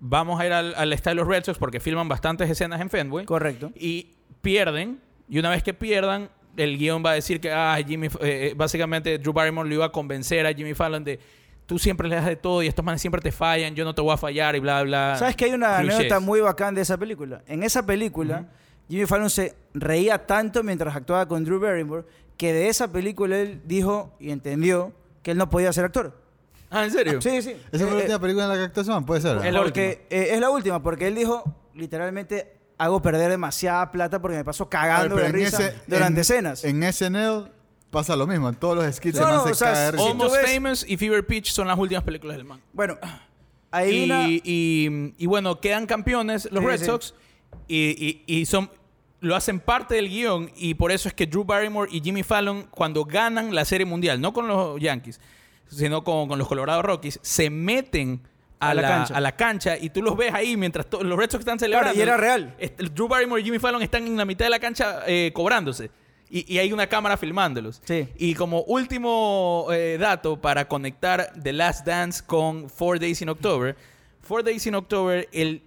vamos a ir al, al estadio de los Red Sox porque filman bastantes escenas en Fenway.
Correcto.
Y pierden. Y una vez que pierdan, el guión va a decir que, ah, Jimmy, F- eh, eh, básicamente Drew Barrymore lo iba a convencer a Jimmy Fallon de, tú siempre le das de todo y estos manes siempre te fallan, yo no te voy a fallar y bla, bla.
¿Sabes que hay una
Clichés.
anécdota muy bacán de esa película? En esa película, Jimmy Fallon se reía tanto mientras actuaba con Drew Barrymore que de esa película él dijo y entendió que él no podía ser actor.
Ah, ¿en serio?
Sí, sí.
¿Esa fue
Eh,
la
eh,
última película en la que actuó Sam? Puede ser.
Es
¿no?
la
porque eh, es la última, porque él dijo literalmente hago perder demasiada plata porque me paso cagando
Pero
de
en
risa
ese-
durante
en-
escenas.
En SNL pasa lo mismo. En todos los skits
No,
el man
no,
se
o sea,
cae de risa.
si tú
Almost
ves-
Famous y Fever Pitch son las últimas películas del man.
bueno, ahí
Y,
una-
y- y bueno, quedan campeones los
Sí,
Red
sí.
Sox y, y- y son lo hacen parte del guión y por eso es que Drew Barrymore y Jimmy Fallon cuando ganan la Serie Mundial, no con los Yankees, sino con, con los Colorado Rockies, se meten a, la, cancha. a la cancha y tú los ves ahí mientras to- los Red Sox están celebrando.
y era real.
Est- Drew Barrymore y Jimmy Fallon están en la mitad de la cancha eh, cobrándose. Y, y hay una cámara filmándolos.
Sí.
Y como último eh, dato para conectar The Last Dance con Four Days in October. Four Days in October, el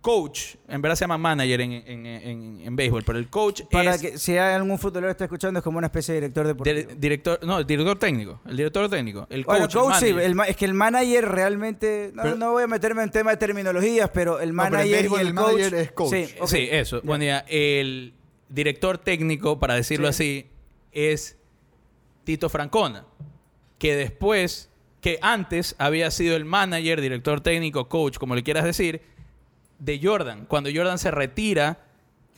coach, en verdad se llama manager en, en- en- en béisbol, pero el coach
para
es
que si hay algún futbolero que está escuchando es como una especie de director deportivo.
dir- director, no, el director técnico, el director técnico, el coach,
Bueno,
el
coach, sí,
manager.
el ma- es que el manager realmente. No,
Pero-
no voy a meterme en tema de terminologías, pero el
No, pero en
manager
béisbol
y el,
el
coach.
manager es coach.
Sí, ok.
Sí, eso. Bueno, ya, el director técnico, para decirlo así, es Tito Francona, que después, que antes había sido el manager, director técnico, coach, como le quieras decir, de Jordan. Cuando Jordan se retira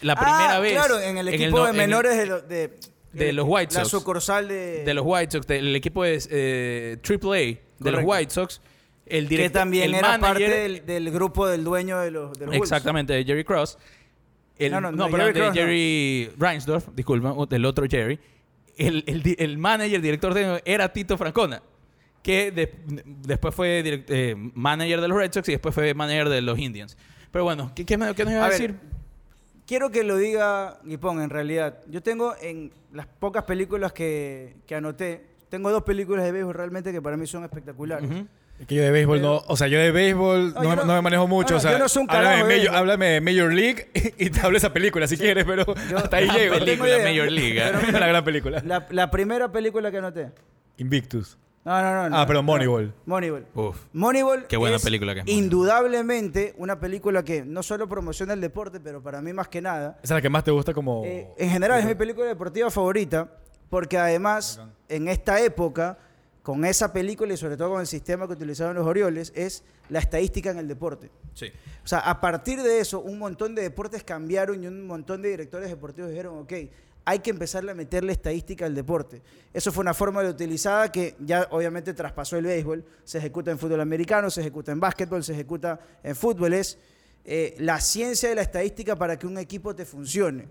la primera
Ah,
vez.
Claro, en el equipo
no-
de
en el-
menores de, lo- de, eh,
de los White
La
Sox.
sucursal de.
de los White Sox, del equipo de eh, AAA de los
Correcto.
White Sox, El
que
director,
también
el
era
manager-
parte del, del grupo del dueño de los, de los Bulls.
Exactamente, de Jerry Cross. El,
No,
no,
no,
no,
no,
perdón,
Jerry
de
Cross no.
Jerry Reinsdorf, disculpa, o del otro Jerry. El, el, di- el manager, director técnico, era Tito Francona, que de- después fue direct- eh, manager de los Red Sox y después fue manager de los Indians. Pero bueno, ¿qué, qué, me- qué nos iba a,
A ver,
decir?
Quiero que lo diga Guipón, en realidad. Yo tengo en las pocas películas que, que anoté, tengo dos películas de béisbol realmente que para mí son espectaculares.
Ujú.
Es que yo de béisbol no, o sea, yo de béisbol
No,
no,
yo
me-
no-
no me manejo mucho.
no, no,
o sea,
yo no soy un
háblame,
carajo de
de
béisbol.
Major, háblame de Major League y te hablo esa película si quieres, pero hasta ahí
La
llego.
Ah, película
tengo idea.
Major League. ¿eh?
Era una gran película.
La, la primera película que anoté.
Invictus.
No, no, no. no.
Ah, pero Moneyball.
Moneyball.
Uf.
Moneyball.
Qué buena
es
película que es Moneyball.
Indudablemente una película que no solo promociona el deporte, pero para mí más que nada.
Esa es la que más te gusta como...
Oh.
eh, en general es mi película deportiva favorita, porque además en esta época, con esa película y sobre todo con el sistema que utilizaron los Orioles, es la estadística en el deporte.
Sí.
O sea, a partir de eso, un montón de deportes cambiaron y un montón de directores deportivos dijeron, ok, hay que empezarle a meterle estadística al deporte. Eso fue una forma de utilizada que ya obviamente traspasó el béisbol. Se ejecuta en fútbol americano, se ejecuta en básquetbol, se ejecuta en fútbol. Es eh, la ciencia de la estadística para que un equipo te funcione.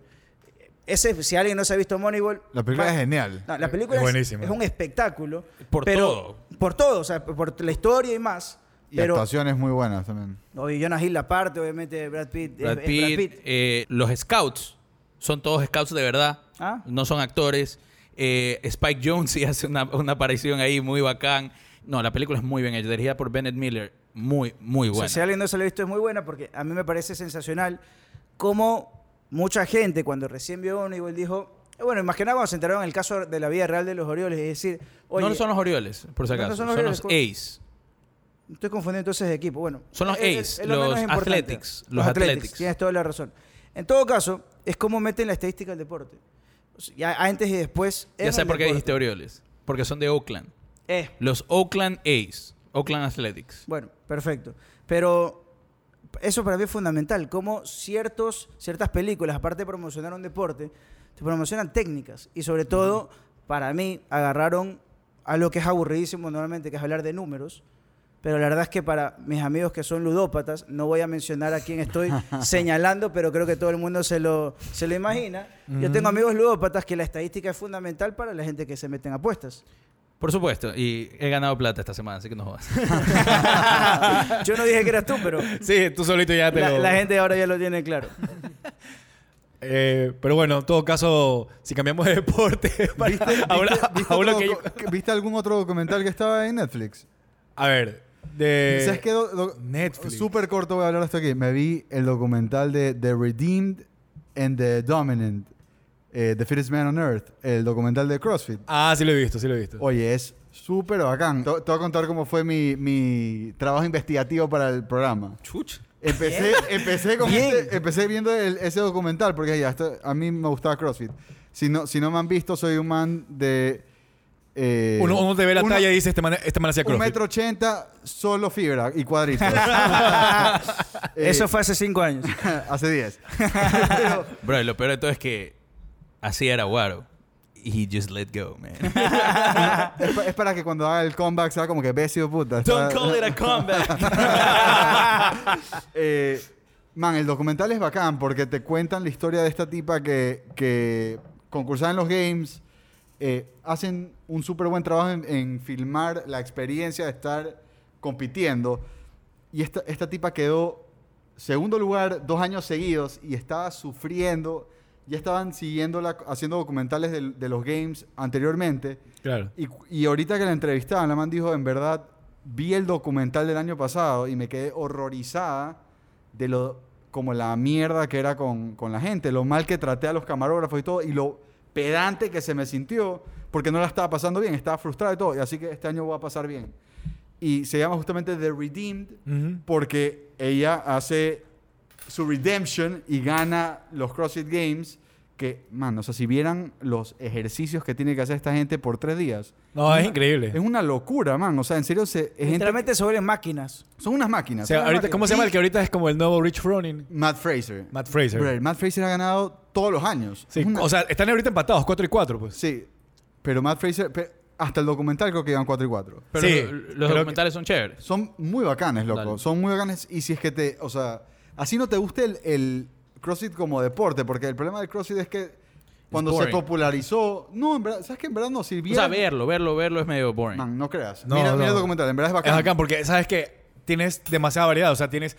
Ese, si alguien no se ha visto Moneyball...
La película
va-
es genial.
Ah, no, la película
Es
es,
buenísima.
es un espectáculo.
Por
pero-
todo.
Por todo, o sea, por la historia y más.
Y
pero,
actuaciones muy buenas también.
Obvio, Jonah Hill la parte, obviamente Brad Pitt. es-
Brad
es
Pitt,
Brad Pitt.
eh, los scouts son todos scouts de verdad,
Ah.
no son actores. Eh, Spike Jones sí hace una, una aparición ahí muy bacán. No, la película es muy bien hecha, dirigida por Bennett Miller, muy, muy
O sea,
buena.
si alguien no se lo ha visto es muy buena porque a mí me parece sensacional cómo mucha gente cuando recién vio Moneyball dijo, eh, bueno, y más que nada cuando se enteraron en el caso de la vida real de los Orioles, es decir, oye,
no son los Orioles, por si
No, no
acaso,
son
son
los
los,
Orioles,
A's.
estoy confundiendo entonces de equipo, bueno.
Son los
es-
A's,
es- es lo
los
menos importante.
Athletics, los Athletics.
Tienes toda la razón. En todo caso, es cómo meten la estadística al deporte. O sea, ya antes y después. en
Ya sé
el
por qué
deporte.
dijiste Orioles, porque son de Oakland.
Eh,
Los Oakland A's, Oakland Athletics.
Bueno, perfecto. Pero eso para mí es fundamental, cómo ciertos, ciertas películas, aparte de promocionar un deporte, te promocionan técnicas. Y sobre todo, para mí, agarraron a lo que es aburridísimo normalmente, que es hablar de números. Pero la verdad es que para mis amigos que son ludópatas, no voy a mencionar a quién estoy señalando, pero creo que todo el mundo se lo, se lo imagina. Yo tengo amigos ludópatas que la estadística es fundamental para la gente que se mete en apuestas.
Por supuesto, y he ganado plata esta semana, así que no jodas.
Yo no dije que eras tú, pero
Sí, tú solito ya te
la,
lo...
la gente ahora ya lo tiene claro.
Eh, pero bueno, en todo caso, si cambiamos de deporte... para- a una-
¿Viste, viste
a una
otro
que yo-
docu- que- viste algún otro documental que estaba en Netflix?
A ver, de...
¿Sabes qué? do- do-
Eh, Netflix.
Súper corto voy a hablar hasta aquí. Me vi el documental de The Redeemed and the Dominant, eh, The Fittest Man on Earth, el documental de CrossFit.
Ah, sí lo he visto, sí lo he visto.
Oye, es súper bacán. Te, te voy a contar cómo fue mi, mi trabajo investigativo para el programa.
Chuch.
Empecé, empecé, con
Bien.
este- empecé viendo el- ese documental porque ya, esto- a mí me gustaba CrossFit. Si no, si no me han visto, soy un man de... eh,
uno, uno te ve la
uno-
talla y dice, este man, este man hacía
un
crossfit.
metro ochenta, solo fibra y cuadritos. Eh,
Eso fue hace cinco años.
hace 10.
Bro, y lo peor de todo es que así era Guaro. He just let go, man.
es, pa- es para que cuando haga el comeback sea como que besio puta.
Don't
Está-
call it a comeback.
Eh, man, el documental es bacán porque te cuentan la historia de esta tipa que, que concursaba en los games. eh, hacen un súper buen trabajo en, en filmar la experiencia de estar compitiendo. Y esta, esta tipa quedó segundo lugar dos años seguidos y estaba sufriendo. Ya estaban siguiéndola haciendo documentales del- de los games anteriormente.
Claro.
Y, cu- y ahorita que la entrevistaban, la man dijo, en verdad, vi el documental del año pasado y me quedé horrorizada de lo como la mierda que era con, con la gente, lo mal que traté a los camarógrafos y todo, y lo pedante que se me sintió, porque no la estaba pasando bien, estaba frustrada y todo, y así que este año voy a pasar bien. Y se llama justamente The Redeemed,
Ujú.
porque ella hace su redemption y gana los CrossFit Games. Que, man, o sea, si vieran los ejercicios que tiene que hacer esta gente por tres días.
No, es increíble.
Es una locura, man. O sea, en serio, se, es gente-
Literalmente se vuelven máquinas.
son unas máquinas.
O sea,
son unas
ahorita, ¿Cómo
máquinas.
se llama el que ahorita es como el nuevo Rich Froning?
Y Matt Fraser.
Matt Fraser.
Bro, Matt Fraser ha ganado todos los años.
Sí,
Es una-
O sea, están ahorita empatados, 4 y 4, pues.
sí, pero Matt Fraser... pe- hasta el documental creo que iban 4 y 4.
Pero
Sí,
lo-
creo
los
que-
documentales son chéveres.
Son muy bacanes, loco.
Dale.
Son muy bacanes. Y si es que te. O sea, así no te gusta el, el CrossFit como deporte, porque el problema del CrossFit es que cuando se
boring.
popularizó. No, en verdad, ¿sabes que En verdad no
O
sirvió.
sea, verlo, verlo, verlo es medio boring.
Man, no creas.
No,
mira,
no.
mira el documental, en verdad es
Es
bacán.
bacán porque sabes que tienes demasiada variedad. O sea, tienes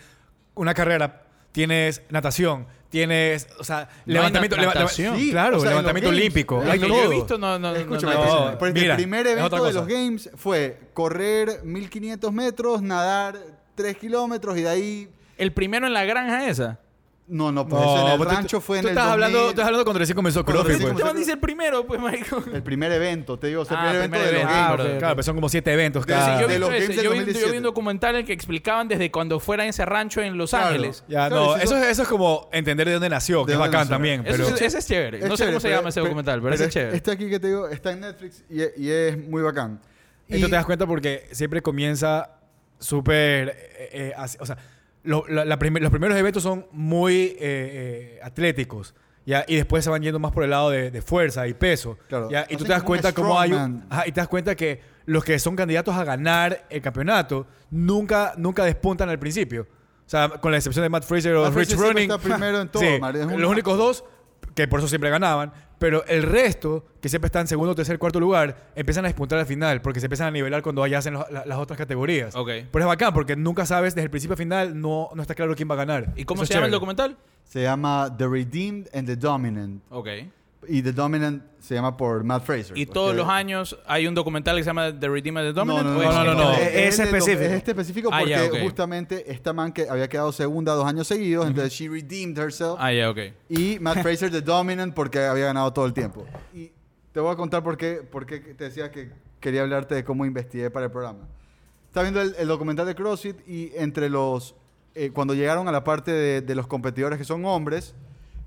una carrera, tienes natación, tienes, o sea, levantamiento.
nat-
leva- leva-
natación.
sí, claro,
o sea, en
levantamiento
los games,
olímpico.
en
Lo
Hay
que
los
todo.
yo he visto no, no, no-
Escúchame,
no-
te
no,
dicen, porque
mira,
el primer
es
evento
otra
de
cosa.
los Games fue correr 1500 metros, nadar 3 kilómetros y de ahí.
El primero en la granja esa.
No, no, pues eso
No,
en el
pero tú-
rancho fue
tú
en el.
estás hablando,
2000.
tú estás hablando cuando recién comenzó
Cuando
CrossFit.
Sí,
Este
recién
pues.
como
man
se-
dice el primero, pues, marico.
El primer evento, te digo, o sea,
Ah,
el primer
primer
evento de los
evento. Ah,
Games.
perdón.
Claro, pero son como siete eventos
Pero sí,
cada.
Yo,
de
vi
los
eso,
Games del
yo vi- yo vi
2017.
un documental en el que explicaban desde cuando fuera en ese rancho en Los
Claro.
Ángeles.
Ya,
Claro,
no,
si
eso,
son-
es- eso es como entender de dónde nació,
De
que es
dónde
bacán
nació.
también.
Eso
Pero,
es- ese es chévere.
Es
no sé
chévere,
cómo se
pero-
llama ese
Este pero-
documental, pero, ese es chévere.
Este aquí que te digo está en Netflix y, e- y es muy bacán. Y
Esto te das cuenta porque siempre comienza súper. eh, eh, así- o sea, lo- la- la primer- los primeros eventos son muy eh, eh, atléticos. ¿ya? Y después se van yendo más por el lado de, de fuerza y peso.
Claro.
¿ya? Y tú
Hacen
te das
como un
cuenta cómo hay. un-
strongman.
ajá, y te das cuenta que los que son candidatos a ganar el campeonato nunca, nunca despuntan al principio. O sea, con la excepción de Matt Fraser o
Matt Fraser
Rich
siempre
Froning.
está primero en todo,
Sí,
Mario, es un-
los únicos dos que por eso siempre ganaban, pero el resto, que siempre está en segundo, tercer, cuarto lugar, empiezan a despuntar al final, porque se empiezan a nivelar cuando ya hacen los- la- las otras categorías.
Ok.
Pero es bacán, porque nunca sabes desde el principio a final, no, no está claro quién va a ganar.
¿Y cómo
Eso
se
es
llama el
chévere.
documental?
se llama The Redeemed and the Dominant.
Ok.
Y The Dominant se llama por Matt Fraser.
Y
porque-
todos los años hay un documental que se llama The Redeemer Pues, the Dominant. ¿o
no,
es-
no, no, no.
Es,
eh,
Es
es de lo-
específico.
Es este específico
Ah,
porque
ya, ok.
justamente esta man que había quedado segunda dos años seguidos, entonces she redeemed herself.
Ah, ya, ok.
Y Matt Fraser The Dominant porque había ganado todo el tiempo. Y te voy a contar por qué, por qué te decía que quería hablarte de cómo investigué para el programa. Estaba viendo el, el documental de CrossFit y entre los... eh, cuando llegaron a la parte de, de los competidores que son hombres,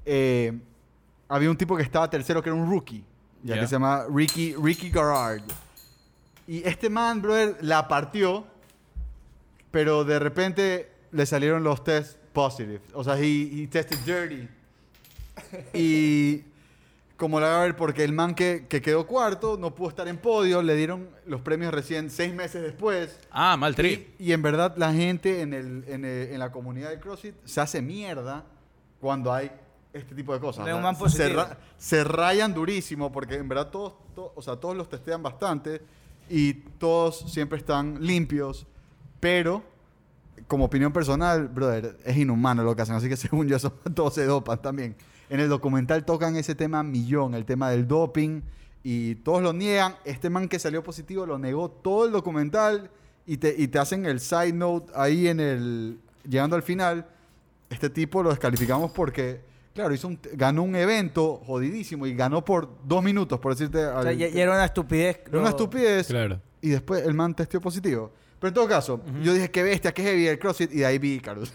eh, había un tipo que estaba tercero que era un rookie, ya
Ya.
que se llama Ricky, Ricky Garrard. Y este man, brother, la partió, pero de repente le salieron los test positive. O sea, he, he tested dirty. Y como la va a ver, porque el man que, que quedó cuarto no pudo estar en podio, le dieron los premios recién seis meses después.
Ah, mal trip.
Y, y en verdad la gente en, el, en, el- en la comunidad de CrossFit se hace mierda cuando hay este tipo de cosas.
Le da un
O sea,
man positivo.
se, ra- se rayan durísimo porque en verdad todos, to- o sea, todos los testean bastante y todos siempre están limpios, pero como opinión personal, brother, es inhumano lo que hacen, así que según yo eso, todos se dopan también. En el documental tocan ese tema millón, el tema del doping, y todos lo niegan. Este man que salió positivo lo negó todo el documental y te, y te hacen el side note ahí en el... Llegando al final, este tipo lo descalificamos porque, claro, hizo un, ganó un evento jodidísimo y ganó por dos minutos, por decirte...
O sea,
al-
ya, ya era una estupidez.
era una
lo-
estupidez.
Claro.
Y después el man testeó positivo. Pero en todo caso, yo dije, qué bestia, qué heavy el CrossFit. Y de ahí vi Carlos.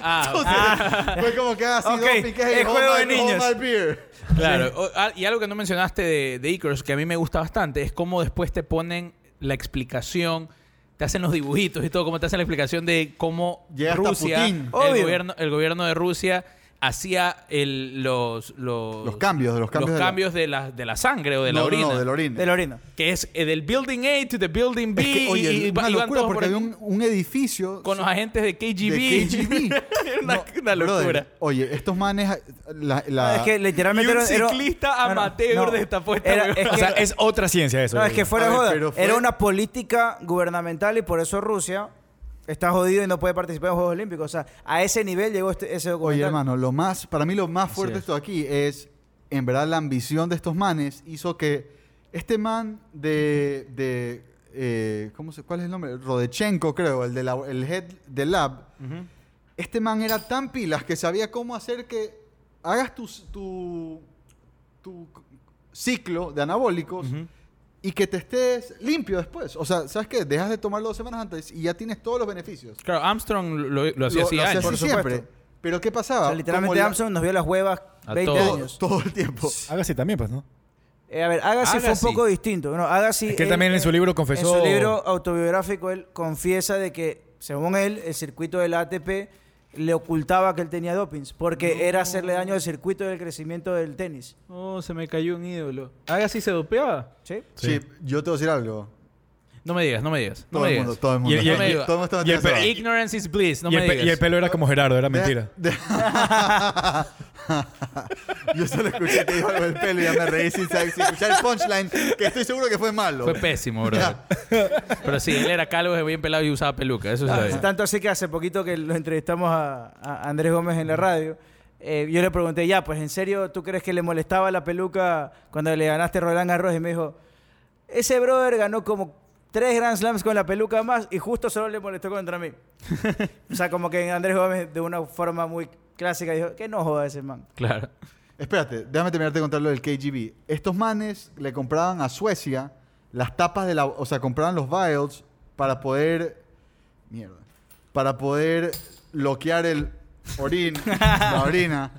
Ah,
Fue como que así,
Ok,
doping, qué heavy.
el juego
my-
de niños.
my beer.
Claro, O- ah, y algo que no mencionaste de, de Icarus, que a mí me gusta bastante, es cómo después te ponen la explicación, te hacen los dibujitos y todo, cómo te hacen la explicación de cómo
Llega hasta
Rusia,
Putin.
el
Obvio.
gobierno, el gobierno de Rusia hacía el- los, los,
Los cambios, los cambios de la-
cambios de, la, de la sangre o de
No,
la
no,
orina.
No, de la orina.
De la orina.
que es eh, del building A to the building B.
Es que, oye,
y, y
una
iban
locura
todos por
porque
ahí
había un, un edificio...
con los agentes de
de
KGB.
KGB.
Era una,
No,
una locura.
brother, oye, estos manes... La, la-
No, Ah, es que literalmente
Y un
era- era-
ciclista amateur destapó esta
era-
huevada.
es
O
que-
sea, es otra ciencia eso.
No, es que fuera
A
de
ver,
joda.
pero fue-
Era una política gubernamental y por eso Rusia está jodido y no puede participar en los Juegos Olímpicos. O sea, a ese nivel llegó este- ese
Oye,
documental.
hermano, lo más, para mí lo más fuerte de
es.
esto aquí es, en verdad, la ambición de estos manes hizo que este man de, de eh, ¿cómo se, ¿cuál es el nombre? Rodechenko, creo, el, de la- el head del lab. Este man era tan pilas que sabía cómo hacer que hagas tu, tu, tu ciclo de anabólicos y que te estés limpio después. O sea, ¿sabes qué? Dejas de tomarlo dos semanas antes y ya tienes todos los beneficios.
Claro, Armstrong lo, lo hacía
Lo-
así
lo hacía
años.
así
Por supuesto.
siempre. Pero ¿qué
O
pasaba?
sea, literalmente
Como la-
Amazon nos vio las huevas
A
20
todos.
años.
todo el tiempo.
Hágase también, pues, ¿no?
Eh, a ver, Agassi, fue un
Agassi.
poco distinto. Bueno, Agassi, eh,
Es que él también en su libro confesó-
En su libro autobiográfico, él confiesa de que, según él, el circuito del ATP le ocultaba que él tenía dopings, porque era hacerle daño al circuito del crecimiento del tenis.
Oh, se me cayó un ídolo. Haga si se dopeaba.
¿Sí?
Sí. yo te voy a decir algo.
No me digas, no me digas. No
Todo
me
el
digas.
mundo, todo el mundo.
Y- y-
todo
y-
el mundo está
y el
metiendo
pe-
esa-
Ignorance is bliss, no
y,
me
el, pe-
digas.
y el pelo era como Gerardo, era mentira.
De- de- Yo solo escuché que dijo algo del pelo y ya me reí sin, saber- sin escuchar el punchline, que estoy seguro que fue malo.
Fue pésimo, bro.
Ya.
Pero sí, él era calvo, bien pelado y usaba peluca. Eso
Ah,
es
Tanto así que hace poquito que lo entrevistamos a, a Andrés Gómez en la radio, eh, yo le pregunté, ya, pues en serio, ¿tú crees que le molestaba la peluca cuando le ganaste Roland Garros? Y me dijo, ese brother ganó como tres Grand Slams con la peluca más y justo solo le molestó contra mí. o sea, como que Andrés Gómez de una forma muy clásica dijo, que no joda ese man.
Claro.
Espérate, déjame terminarte de contar lo del KGB. Estos manes le compraban a Suecia las tapas de la... O sea, compraban los vials para poder... Mierda. Para poder bloquear el orín, la orina.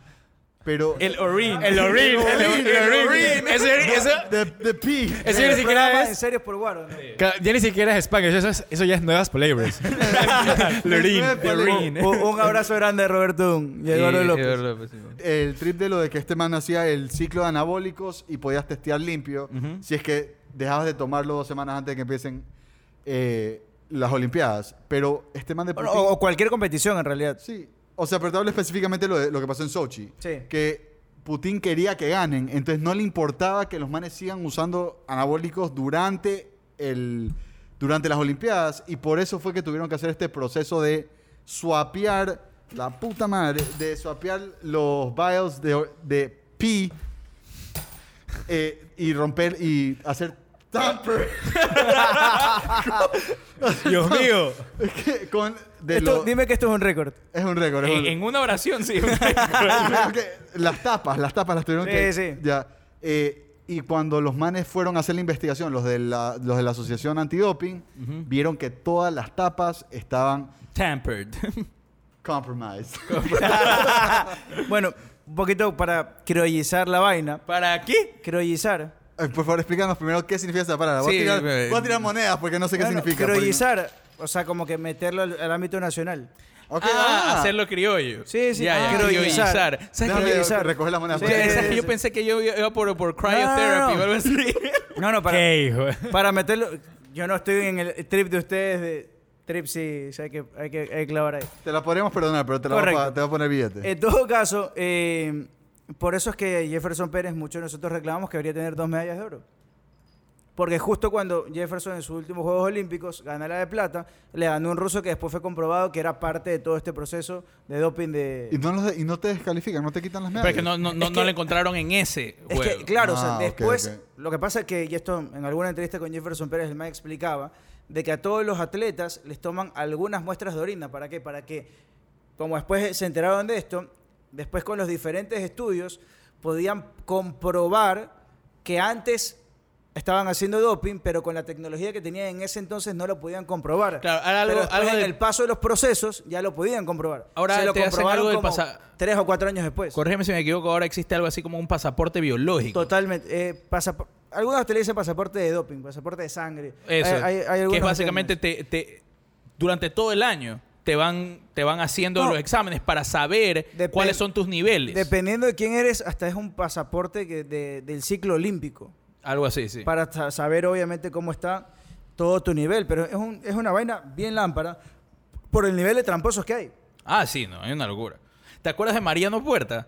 Pero...
El orín.
El orín, el
orín, el orín.
Ese- ese-
The, the pee.
ese ni siquiera
En
es.
serio, por guaro. ¿no?
ca- Ya ni siquiera es Spanish, eso, es- eso ya es nuevas palabras. Lorín,
Nuevas palabras.
Lorín.
Un, un abrazo grande de Roberto Dunn y Eduardo
Y-
López.
Eduardo López, sí.
el trip de lo de que este man hacía el ciclo de anabólicos y podías testear limpio si es que dejabas de tomarlo dos semanas antes de que empiecen eh, las Olimpiadas. Pero este man de
Bueno,
Putin-
o, o cualquier competición en realidad.
Sí. O sea, pero te hablo específicamente lo, de, lo que pasó en Sochi.
Sí.
Que Putin quería que ganen, entonces no le importaba que los manes sigan usando anabólicos durante, el, durante las Olimpiadas y por eso fue que tuvieron que hacer este proceso de swapear, la puta madre, de swapear los vials de, de pi eh, y romper y hacer tamper
Dios mío.
con... de
Esto-
lo-
Dime que esto es un récord.
es un récord. es un
En, en una oración, sí.
Creo que Ah, las tapas, las tapas las tuvieron
Sí,
que.
sí.
Ya. Eh, y cuando los manes fueron a hacer la investigación, los de la, los de la Asociación Antidoping, vieron que todas las tapas estaban
Tampered.
compromised.
Bueno, un poquito para criollizar la vaina.
¿Para qué?
Criollizar.
Eh, Por favor, explícanos primero qué significa esa palabra. Voy,
Sí,
a, tirar,
eh,
voy a tirar monedas porque no sé qué
Bueno,
significa. porque-
Criollizar, o sea, como que meterlo al, al ámbito nacional.
Ok,
Ah,
ah.
hacerlo criollo.
Sí, Ah, sí,
Ya, ya,
criollizar.
criollizar. ¿Sabes
Déjame
qué?
criollizar?
recoger las monedas.
Sí,
Ya,
porque-
¿sabes qué?
sí.
Yo pensé que yo iba por, por
no, no,
cryotherapy
no.
o algo así.
No, no, para,
¿Qué hijo?
para meterlo. Yo no estoy en el trip de ustedes de. Trip sí, o sea, hay que, hay que, hay que clavar ahí.
Te la podríamos perdonar, pero te la voy a
Correcto.
pa- te voy a poner billete.
En todo caso, eh, por eso es que Jefferson Pérez, muchos de nosotros reclamamos que debería tener dos medallas de oro. Porque justo cuando Jefferson en sus últimos Juegos Olímpicos gana la de plata, le ganó un ruso que después fue comprobado que era parte de todo este proceso de doping de...
y, no los de- y no te descalifican, no te quitan las medallas.
Pero es que no, no, no,
Es
no
que-
lo encontraron en ese
Es
juego.
que, claro, o
Ah,
sea,
ok,
después,
ok.
lo que pasa es que, y esto en alguna entrevista con Jefferson Pérez, el más explicaba, de que a todos los atletas les toman algunas muestras de orina. ¿Para qué? Para que, como después se enteraron de esto, después con los diferentes estudios, podían comprobar que antes estaban haciendo doping, pero con la tecnología que tenían en ese entonces no lo podían comprobar.
Claro, ahora algo-
Pero después,
algo
en
de-
el paso de los procesos ya lo podían comprobar.
Ahora
Se lo
te hacen
comprobaron
algo del
como
pasa-
tres o cuatro años después.
Corrígeme si me equivoco, ahora existe algo así como un pasaporte biológico.
Totalmente. Eh, pasap- algunos te le dicen pasaporte de doping, pasaporte de sangre.
Eso.
Hay- hay- hay
que
algunos
es básicamente
términos.
te, te- durante todo el año te van, te van haciendo
No.
los exámenes para saber
Depen-
cuáles son tus niveles.
Dependiendo de quién eres, hasta es un pasaporte que de- del ciclo olímpico.
Algo así, sí.
Para sa- saber, obviamente, cómo está todo tu nivel. Pero es, un- es una vaina bien lámpara por el nivel de tramposos que hay.
Ah, sí, no, es una locura. ¿Te acuerdas de Mariano Puerta?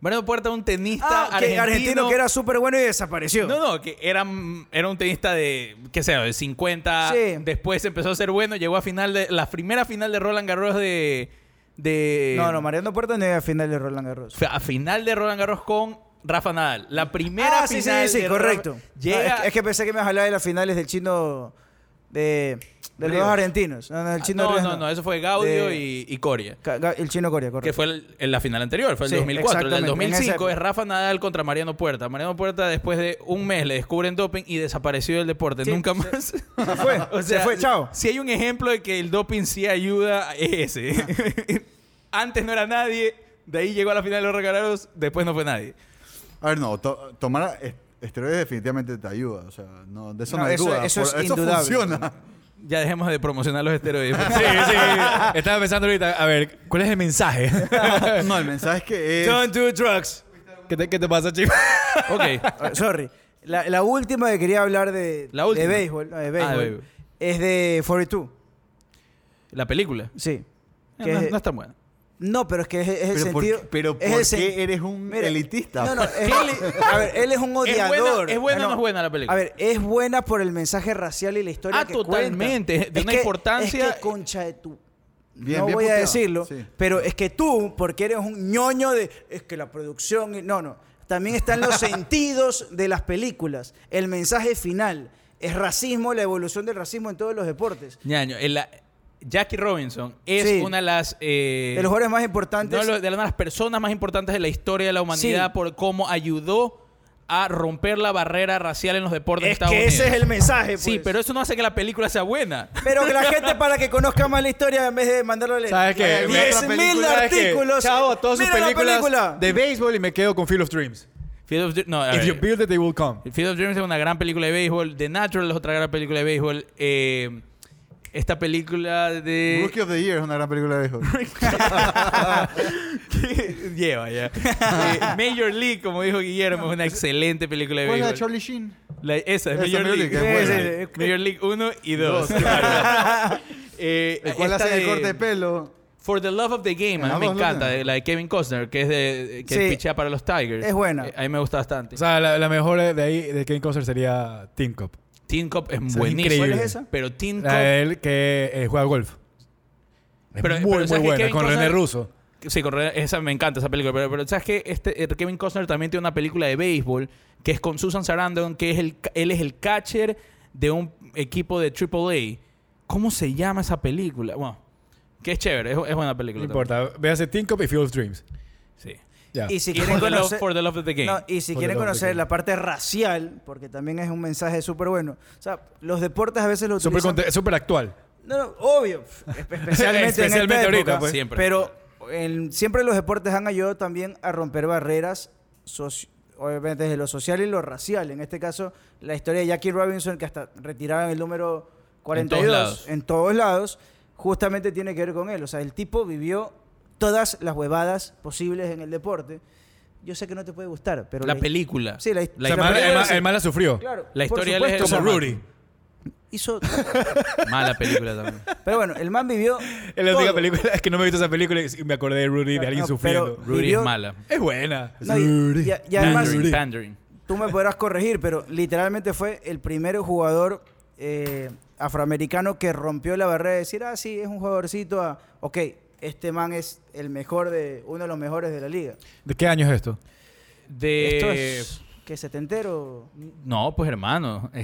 Mariano Puerta, un tenista
Ah, que
argentino,
argentino que era súper bueno y desapareció.
No, no, que era, mm, era un tenista de, qué sé yo, de 50.
Sí.
Después empezó a ser bueno, llegó a final de la primera final de Roland Garros de... de
no, no, Mariano Puerta no llega al final de Roland Garros.
Fue a final de Roland Garros con Rafa Nadal. La primera
ah, sí, sí,
final
sí,
de
correcto.
Rafa-
Ah,
Llega...
es, que, es que pensé que me hablaba de las finales del chino de, de los
Ríos.
argentinos. No, no, el
Ah,
chino
no,
Ríos
no, no, eso fue Gaudio
De-
y, y Coria.
Ca- Ga- El chino Corea,
Que
correcto.
fue el- en la final anterior, fue el
Sí,
2004. El del
exactamente, en esa
2005
época.
es Rafa Nadal contra Mariano Puerta. Mariano Puerta, después de un mes, le descubren doping y desapareció del deporte.
Sí,
Nunca
se-
más.
Se fue,
O sea,
se fue, chao.
Si hay un ejemplo de que el doping sí ayuda, es ese.
Ah.
Antes no era nadie, de ahí llegó a la final de los regalaros, después no fue nadie.
A ver, no, to- tomar est- esteroides definitivamente te ayuda. O sea, no, de eso no,
No,
hay
eso-
duda.
eso es
Por-
indudable.
funciona.
Ya dejemos de promocionar los esteroides.
Sí, sí. Estaba pensando ahorita, a ver, ¿cuál es el mensaje?
No, el mensaje es que es...
Don't do drugs. ¿Qué te, qué te pasa, chico?
ok.
Ah, Sorry. La, la última que quería hablar de,
La última. Ah,
de béisbol, no, de béisbol,
béisbol.
es de 42.
La película.
Sí.
Eh,
Que
No,
es-
no es tan buena.
No, pero es que es, es el
Pero por
sentido.
qué- pero
es
¿por
el sen-
qué eres un elitista?
No, no, es- a ver, él es un
¿Es buena-
odiador. Ah,
es buena o no es buena la película?
A ver, es buena por el mensaje racial y la historia
Ah,
que
totalmente,
cuenta.
de
Es
una
que-
importancia-
Es que concha de tu.
Bien,
no
bien
voy a
puteado,
decirlo,
sí.
pero es que tú, porque eres un ñoño de. Es que la producción. y- No, no. También están los sentidos de las películas. El mensaje final. Es racismo, la evolución del racismo en todos los deportes.
Ñaño, el- la- Jackie Robinson es
Sí.
una de las... eh,
De los jugadores más
no,
importantes.
lo- de las personas más importantes de la historia de la humanidad
Sí.
por cómo ayudó a romper la barrera racial en los deportes de
es que
Estados Unidos.
ese es el mensaje. Pues.
Sí, pero eso no hace que la película sea buena.
Pero que la gente para que conozca más la historia en vez de mandarle
¿Sabes qué?
Me- otra
10.000
película,
¿Sabes qué?
artículos.
Chavo, todas sus
Mira la
películas
película.
de béisbol y me quedo con Field of Dreams.
Field of, Dr- no, a
If you
ver.
build it, they will come.
Field of Dreams es una gran película de béisbol. The Natural es otra gran película de béisbol. Eh, esta película de...
Rookie of the Year es una gran película de béisbol.
¿Qué? Lleva ya. Eh, Major League, como dijo Guillermo, es una excelente película de
¿Cuál es la de
béisbol.
Charlie Sheen?
La- esa, es
Esa,
Major
Major
League. Eh,
League,
es buena. Sí, sí, sí.
Major League 1 y 2. eh,
El cual
esta
hace el
de-
corte de pelo.
For the Love of the Game,
Ah,
a mí me
vos,
encanta.
Luna.
de- La de Kevin Costner, que es de eh, que
Sí.
pichea para los Tigers.
Es buena.
Eh, a mí me gusta bastante.
O sea, la, la mejor de ahí de Kevin Costner sería Team Cup.
Teen Cop es
sea,
buenísimo.
increíble.
¿Cuál es esa?
Pero Teen Cop...
La de él que eh, juega golf. Es
Pero-
muy,
pero ¿sabes
muy
qué?
buena,
Kevin
con René
Costner-
Russo.
Sí, con René- esa me encanta esa película. Pero, pero ¿sabes qué? Este, eh, Kevin Costner también tiene una película de béisbol que es con Susan Sarandon, que es el, ca- él es el catcher de un equipo de AAA. ¿Cómo se llama esa película? Bueno, que es chévere, es, es buena película.
No importa. Véase Team Cup y Field of Dreams.
también. Sí.
Ya.
Y si
Y
quieren
for, the love,
conocer,
for the love of the game.
no, y si
For the
quieren
love of the
conocer
game.
la parte racial, porque también es un mensaje súper bueno. O sea, los deportes a veces lo
Súper
utilizan.
conte- súper actual.
No, no, obvio. espe- Especialmente,
Especialmente
en esta
ahorita,
época,
pues.
Siempre.
Pero en- siempre los deportes han ayudado también a romper barreras soci- Obviamente desde lo social y lo racial. En este caso, la historia de Jackie Robinson, que hasta retiraban el número 42 en todos,
lados.
lados. justamente tiene que ver con él. O sea, el tipo vivió todas las huevadas posibles en el deporte. Yo sé que no te puede gustar, pero...
la
hi-
película.
Sí, la,
La
O sea, el,
la
historia-
mal- el
película
mal-
sí.
el mal la sufrió.
Claro,
La
por
historia de él es
supuesto.
esa
Como Rudy.
Hizo...
Mala película también.
Pero bueno, el man vivió...
Es la única
todo.
película. Es que no me he visto esa película y me acordé de Rudy, de alguien
No,
sufriendo.
pero-
Rudy
Vivió-
es mala.
Es buena.
No, y, y- y además,
Pandering, pandering.
tú me podrás corregir, pero literalmente fue el primer jugador eh, afroamericano que rompió la barrera de decir, ah, sí, es un jugadorcito, ah, ok, este man es el mejor de, uno de los mejores de la liga.
¿De qué año es esto?
De...
Esto es, que setentero,
No, pues hermano.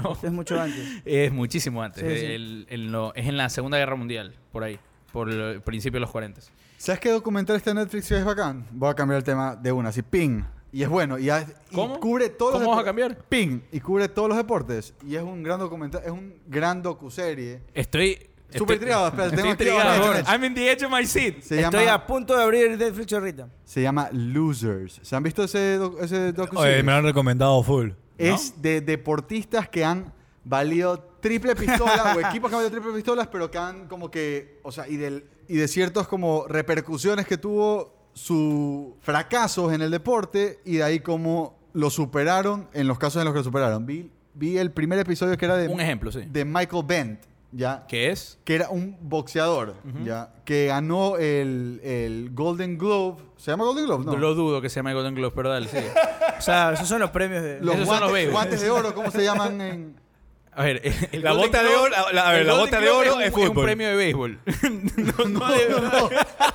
no.
esto es mucho antes.
Es muchísimo antes.
Sí, sí.
El- en lo- es en la Segunda Guerra Mundial, por ahí, por el principio de los 40.
¿Sabes qué documental está en Netflix y es bacán? Voy a cambiar el tema de una, así, ping. Y es bueno. Y, ha- y
¿Cómo?
cubre todos los
¿Cómo vas a
depor-
cambiar?
Ping. Y cubre todos los deportes. Y es un gran documental, es un gran docuserie.
Estoy.
Súper intrigado, espera,
estoy
tengo aquí
intrigado.
abajo.
I'm in the edge of my seat.
Se
Estoy
llama,
a punto de abrir Netflix ahorita.
se llama Losers. ¿Se han visto ese, doc- ese docuserie?
Oye, me lo han recomendado full.
Es de deportistas que han valido triple pistola o equipos que han valido triple pistolas, pero que han como que, o sea, y, del, y de ciertos como repercusiones que tuvo su fracasos en el deporte y de ahí como lo superaron en los casos en los que lo superaron. Vi, vi el primer episodio que era de,
Un ejemplo, sí.
de Michael Bent, ¿ya?
¿Qué es?
que era un boxeador, ¿ya? Que ganó el, el Golden Globe. ¿Se llama Golden Globe? No.
Lo dudo que se llame Golden Globe, pero dale, sigue.
O sea, esos son los premios de...
los
Esos son los
guantes,
Bengals.
guantes de oro, ¿cómo se llaman en...?
A ver, el- el
La
Golden
bota de
Globe-
oro- la- a ver,
el
la
Golden
bota de
Globe
oro
un-
es
un
fútbol.
premio de béisbol. no, no, de-
No, no,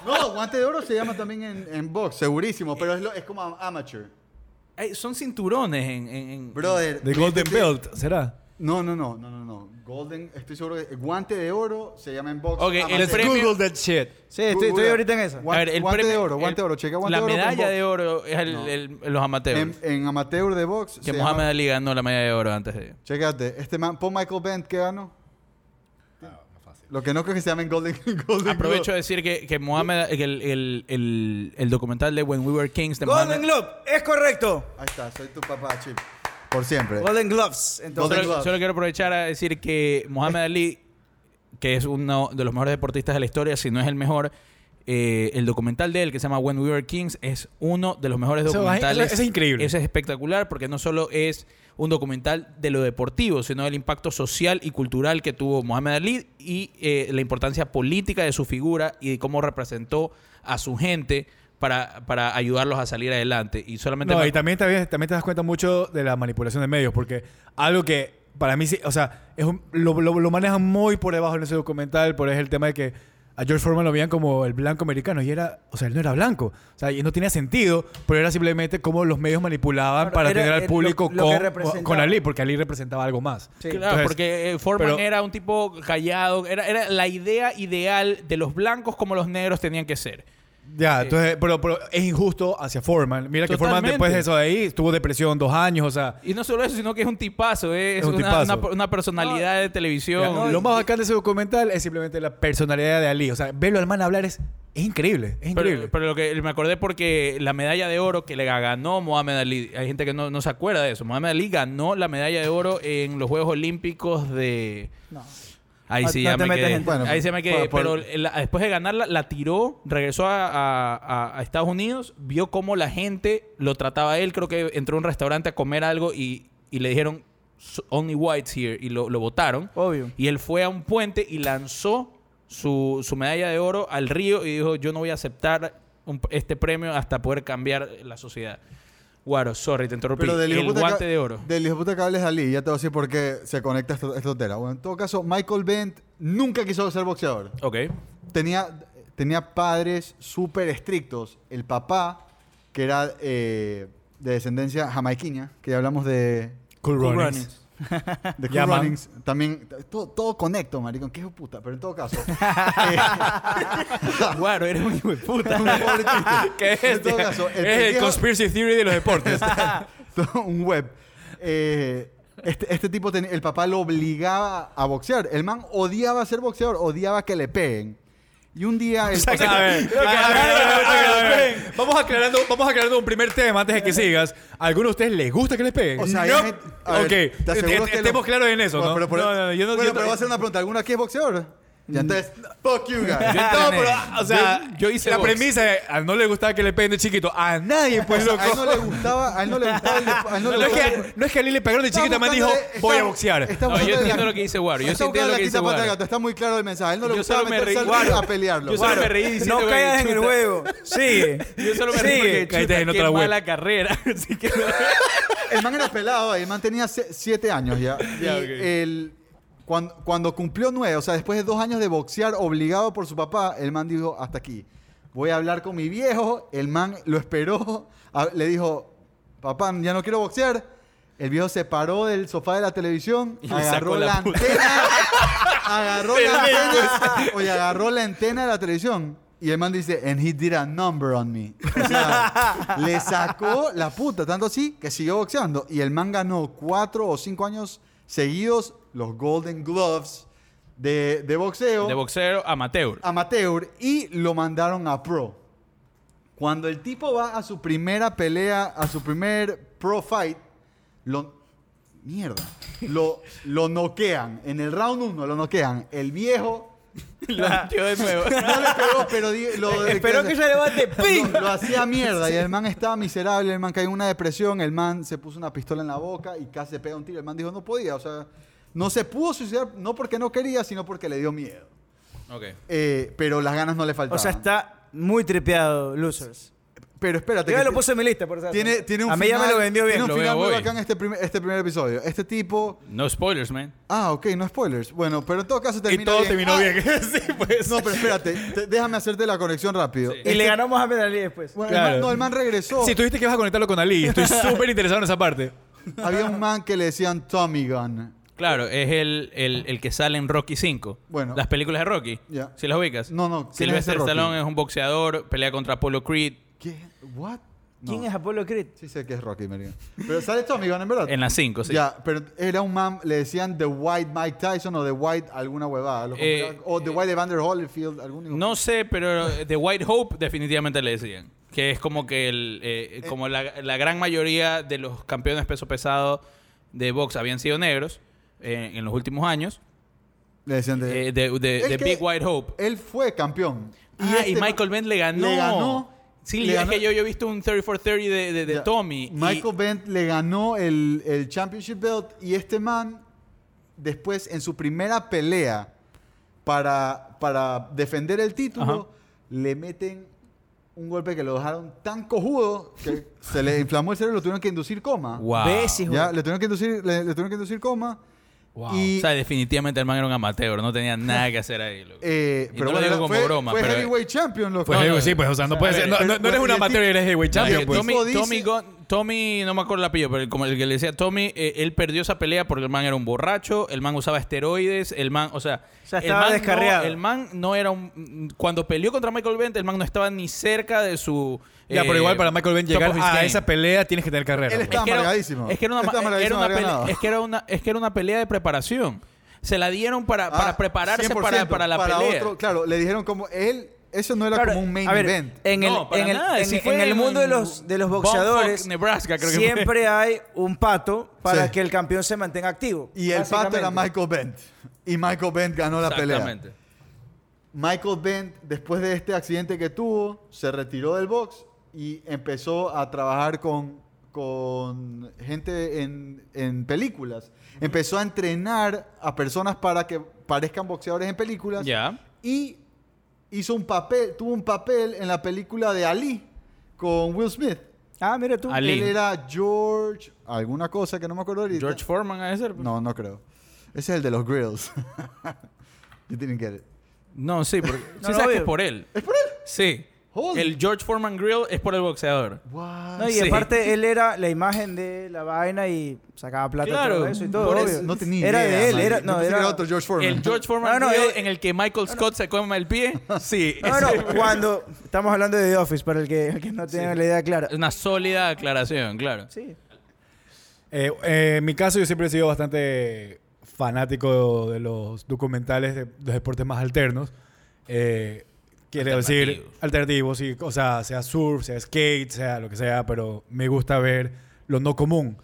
no, guante de oro se llama también en, en box, segurísimo, pero es, lo- es como am- amateur.
Ay, son cinturones en. en- en-
Brother.
The Golden Belt, ¿será?
No, no, no, no, no, no. Golden, estoy seguro que guante de oro se llama en box.
Ok, el
amateur.
premio- Google
that shit.
Sí, estoy, estoy ahorita en esa.
Guan- guante de oro, guante de oro, checa guante
la
de oro con
medalla
box.
de oro es el, el- los amateurs.
En, en amateur de box.
que
se
Mohamed
llama-
Ali ganó la medalla de oro antes de.
Chécate, este man, Paul Michael Bent, ¿qué ganó? Lo que no creo que se llamen Golden, Golden
Aprovecho
Globe.
de decir que, que Mohamed, que el, el, el, el documental de When We Were Kings de
Golden
Mohamed-
Globe, es correcto.
Ahí está, soy tu papá, Chip. Por siempre.
Golden Gloves, entonces.
Golden
Solo,
Glove.
solo quiero aprovechar a decir que Mohamed Ali que es uno de los mejores deportistas de la historia, si no es el mejor. Eh, el documental de él, que se llama When We Were Kings, es uno de los mejores
Eso,
documentales.
eso es increíble.
Ese es espectacular porque no solo es un documental de lo deportivo, sino del impacto social y cultural que tuvo Mohamed Ali y eh, la importancia política de su figura y de cómo representó a su gente para, para ayudarlos a salir adelante. Y solamente...
No,
me-
y también, también, también te das cuenta mucho de la manipulación de medios, porque algo que para mí, sí- o sea, es un- lo, lo- lo manejan muy por debajo en ese documental, pero es el tema de que a George Foreman lo veían como el blanco americano, y era, o sea, él no era blanco, o sea, y no tenía sentido, pero era simplemente como los medios manipulaban
Claro,
para
era-
tener al
era
público
lo- lo que
con,
representaba.
con Ali, porque Ali representaba algo más.
Sí.
Claro,
Entonces,
porque eh, Foreman
pero-
era un tipo callado, era, era la idea ideal de los blancos como los negros tenían que ser.
Ya, entonces, pero, pero es injusto hacia Foreman. Mira que Foreman
Totalmente.
después de eso de ahí tuvo depresión dos años, o sea,
Y no solo eso, sino que es un tipazo, eh, es,
Es un
una,
tipazo.
una- una personalidad de televisión.
Mira, lo más bacán de ese documental es simplemente la personalidad de Ali. O sea, verlo al man hablar es, es increíble. Es increíble.
Pero, pero lo que me acordé porque la medalla de oro que le ganó Mohamed Ali, hay gente que no, no se acuerda de eso. Mohamed Ali ganó la medalla de oro en los Juegos Olímpicos de.
No.
Ahí
No-
sí
no
ya
te
me
metas
quedé.
en-
Bueno,
Ahí sí me quedé.
por- por-
Pero la- después de ganarla, la tiró, regresó a, a- a- a Estados Unidos, vio cómo la gente lo trataba a él. Creo que entró a un restaurante a comer algo y, y le dijeron "So- Only Whites here y lo, lo votaron.
Obvio.
Y él fue a un puente y lanzó su, su medalla de oro al río y dijo, yo no voy a aceptar un- este premio hasta poder cambiar la sociedad. Guaro, sorry, te interrumpí.
Pero del hijo
el
puta
guante
que-
de oro.
Del hijo puta que hables Ali, ya te voy a decir por qué se conecta esta, esta tontera. Bueno, en todo caso, Michael Bent nunca quiso ser boxeador.
Ok.
Tenía, tenía padres súper estrictos. El papá, que era eh, de descendencia jamaiquina, que ya hablamos de,
Cool
Cool
Runnings.
Runnings.
de Cool
Ya, man.
Runnings, también todo, todo conecto, maricón, qué hijo de puta, pero en todo caso.
Guaro, eres un hijo de puta. este?
¿Qué es?
En todo caso, el
el es el
pendejo-
conspiracy theory de los deportes.
todo un web. Eh, este, este tipo, ten- el papá lo obligaba a boxear. El man odiaba ser boxeador, odiaba que le peguen. Y un día... El
O sea, a ver, a ver, a ver, a ver, a ver. Vamos aclarando, vamos aclarando un primer tema antes de que sigas. ¿A alguno de ustedes les gusta que les peguen?
O sea, hay
no.
gente- a ver,
ok,
te aseguro
est-
que
estemos
lo-
claros en eso,
Bueno,
¿no?
Pero, por-
No, no, no, yo no-
bueno,
yo
pero
no-
voy a hacer una pregunta. ¿Alguno aquí es boxeador? Ya, entonces, fuck you, guys.
No, pero, ah, o sea,
Yo- yo hice
la
box.
premisa es, a no le gustaba que le peguen de chiquito. A nadie, pues, loco.
a él no le gustaba, a él no le gustaba, el depo- a él no
No,
le
es
gustaba-
que, no es que Ali le pegaron de
Está
chiquita, man dijo,
buscándole- está-
voy a boxear.
está
No, yo
buscándole la-
entiendo lo que dice Guaro, yo
está
sí
buscando
entiendo lo
la
que
quinta
dice
pata al
Guaro.
gato, Está muy claro el mensaje. A él no le
Yo
gustaba
solo me reí,
meterse al
Guaro.
ring a pelearlo.
Yo solo me reí
No
diciendo que
caigas en el
chuta.
huevo. Sigue.
Yo solo me
Sigue.
reí porque
Cállate,
chuta,
en otra
qué
web.
mala carrera. Así que
El man era pelado, el man tenía 7 años ya. Y
Ya, ok.
el- cuando, cuando cumplió 9, o sea, después de 2 años de boxear obligado por su papá, el man dijo, hasta aquí. Voy a hablar con mi viejo. El man lo esperó, a- le dijo, papá, ya no quiero boxear. El viejo se paró del sofá de la televisión,
Y le
agarró
sacó
la,
la puta.
antena, agarró la antena, oye, agarró la antena de la televisión. Y el man dice, and he did a number on me. O sea, le sacó la puta, tanto así que siguió boxeando. Y el man ganó cuatro o cinco años seguidos los Golden Gloves de, de boxeo
De boxero amateur.
amateur y lo mandaron a pro. Cuando el tipo va a su primera pelea, a su primer pro fight, lo. Mierda. Lo, lo noquean. En el round 1 lo noquean. El viejo
Lo yo de nuevo.
no le pegó, pero. di- Lo,
Espero que se levante. ¡Ping!
lo, lo hacía mierda y el man estaba miserable, el man cayó en una depresión, el man se puso una pistola en la boca y casi se pega un tiro. El man dijo no podía, o sea, no se pudo suicidar, no porque no quería, sino porque le dio miedo.
Ok.
Eh, pero las ganas no le faltaban.
O sea, está muy tripeado, losers.
Pero espérate.
Yo ya
que
lo
ti-
puse en mi lista, por eso.
Tiene, tiene un
A mí ya me lo vendió bien.
Tiene
Lo
un final
veo
muy
hoy.
bacán este primer, este primer episodio. Este tipo.
No spoilers, man.
Ah, ok, no spoilers. Bueno, pero en todo caso termina
Y todo
bien.
terminó
Ah,
bien. sí, pues.
No, pero espérate. te- déjame hacerte la conexión rápido.
Y le ganamos a Medalí después.
Bueno,
Claro.
el man, no, el man regresó.
Si tuviste que vas a conectarlo con Ali, estoy súper interesado en esa parte.
Había un man que le decían Tommy Gun.
Claro, es el, el, el que sale en Rocky 5.
Bueno.
Las películas de Rocky.
Ya.
Si las ubicas.
No, no, Sylvester
Sylvester
Rocky.
Stallone es un boxeador, pelea contra Apollo Creed
¿Qué? ¿What? No.
¿Quién es Apolo Creed?
Sí sé que es Rocky, marica. Pero sale Tommy Gun, en verdad.
en las 5, sí.
Ya, pero era un man, le decían The White Mike Tyson o The White alguna huevada. lo
Eh,
complicaban. o The White Evander Holyfield, algún hijo-
No sé, pero The White Hope definitivamente le decían. Que es como que el, eh, como la, la gran mayoría de los campeones peso pesado de box habían sido negros eh, en los últimos años.
Le decían de-
eh, de, de-
Es
de
que-
Big White Hope.
Él fue campeón.
ah, y
este-
Michael Bent le ganó.
le ganó.
Sí,
Le
es
ganó.
que yo, yo he visto un 30-for-30 de, de, de
Ya.
Tommy. y-
Michael Bent le ganó el, el Championship Belt y este man, después en su primera pelea para, para defender el título,
Ajá.
le meten un golpe que lo dejaron tan cojudo que se le inflamó el cerebro y lo tuvieron que inducir coma.
Wow.
¿Ves, hijo?
Ya, le tuvieron que inducir, le, le tuvieron que inducir coma.
Wow.
Y-
o sea, definitivamente el man era un amateur, no tenía nada que hacer ahí. loco.
eh,
Y
pero
no lo
bueno,
digo
era-
como
fue,
broma,
fue
pero-
heavyweight champion, loco.
Pues
No,
digo,
no,
sí, pues, o sea, no puede ser. No,
pero-
no- no eres
pero
un
el
amateur,
tipo-
eres heavyweight
No, eh,
champion,
que
pues.
Tommy,
Eso dice-
Tommy Gunn- Tommy, no me acuerdo la pillo, pero como el que le decía, Tommy, eh, él perdió esa pelea porque el man era un borracho, el man usaba esteroides, el man, o sea,
O sea,
el,
estaba
man
descarriado.
No, el man no era un... Cuando peleó contra Michael Bent, el man no estaba ni cerca de su...
Ya,
eh,
pero igual para Michael Bent
top
llegar
of his
a
game.
esa pelea tienes que tener carrera.
Él
pues.
Es que
Estaba
era-
amargadísimo.
Es que era una,
Estaba
era
amargadísimo,
una
había
pelea,
ganado.
es que era una- es que era una pelea de preparación. Se la dieron para, para
Ah,
prepararse
100%,
para, para la pelea.
otro- claro, le dijeron como él, eso no era
Claro,
como un main
a ver,
event.
En el,
No, para
en el-
nada,
en-
sí
en
fue
el
en-
mundo de los, de los
Bumfuck,
boxeadores,
Nebraska, creo que fue.
siempre hay un pato para
Sí.
que el campeón se mantenga activo.
Y el pato era
básicamente.
Michael Bent. Y Michael Bent ganó la pelea.
Exactamente.
Michael Bent, después de este accidente que tuvo, se retiró del box y empezó a trabajar con, con gente en, en películas. Empezó a entrenar a personas para que parezcan boxeadores en películas.
Ya.
Y hizo un papel, tuvo un papel en la película de Ali con Will Smith.
Ah, mira tú.
Ali.
Él era George, alguna cosa que no me acuerdo ahorita.
George Foreman a ese.
No, no creo. Ese es el de los grills. you didn't get it.
No, sí, porque sí
No,
sabes
no,
que
obvio.
es por él.
¿Es por él?
Sí.
Holy.
El George Foreman Grill es por el boxeador.
What?
No, y
Sí.
aparte él era la imagen de la vaina y sacaba plata
Claro,
por eso y todo.
por
obvio.
eso-
No tenía
Era
idea,
de él,
man.
era,
Yo
no,
pensé que
era,
otro George Foreman.
El George Foreman
No, no,
Grill
eh,
en el que Michael Scott se come el pie. Sí.
No, no, cuando estamos hablando de The Office para el que, el que no tenga la idea clara.
Es una sólida aclaración, claro.
Sí.
Eh, eh, en mi caso, yo siempre he sido bastante fanático de los documentales de los deportes más alternos. Eh, quiere decir,
Alternativos.
alternativos, y, o sea, sea surf, sea skate, sea lo que sea, pero me gusta ver lo no común.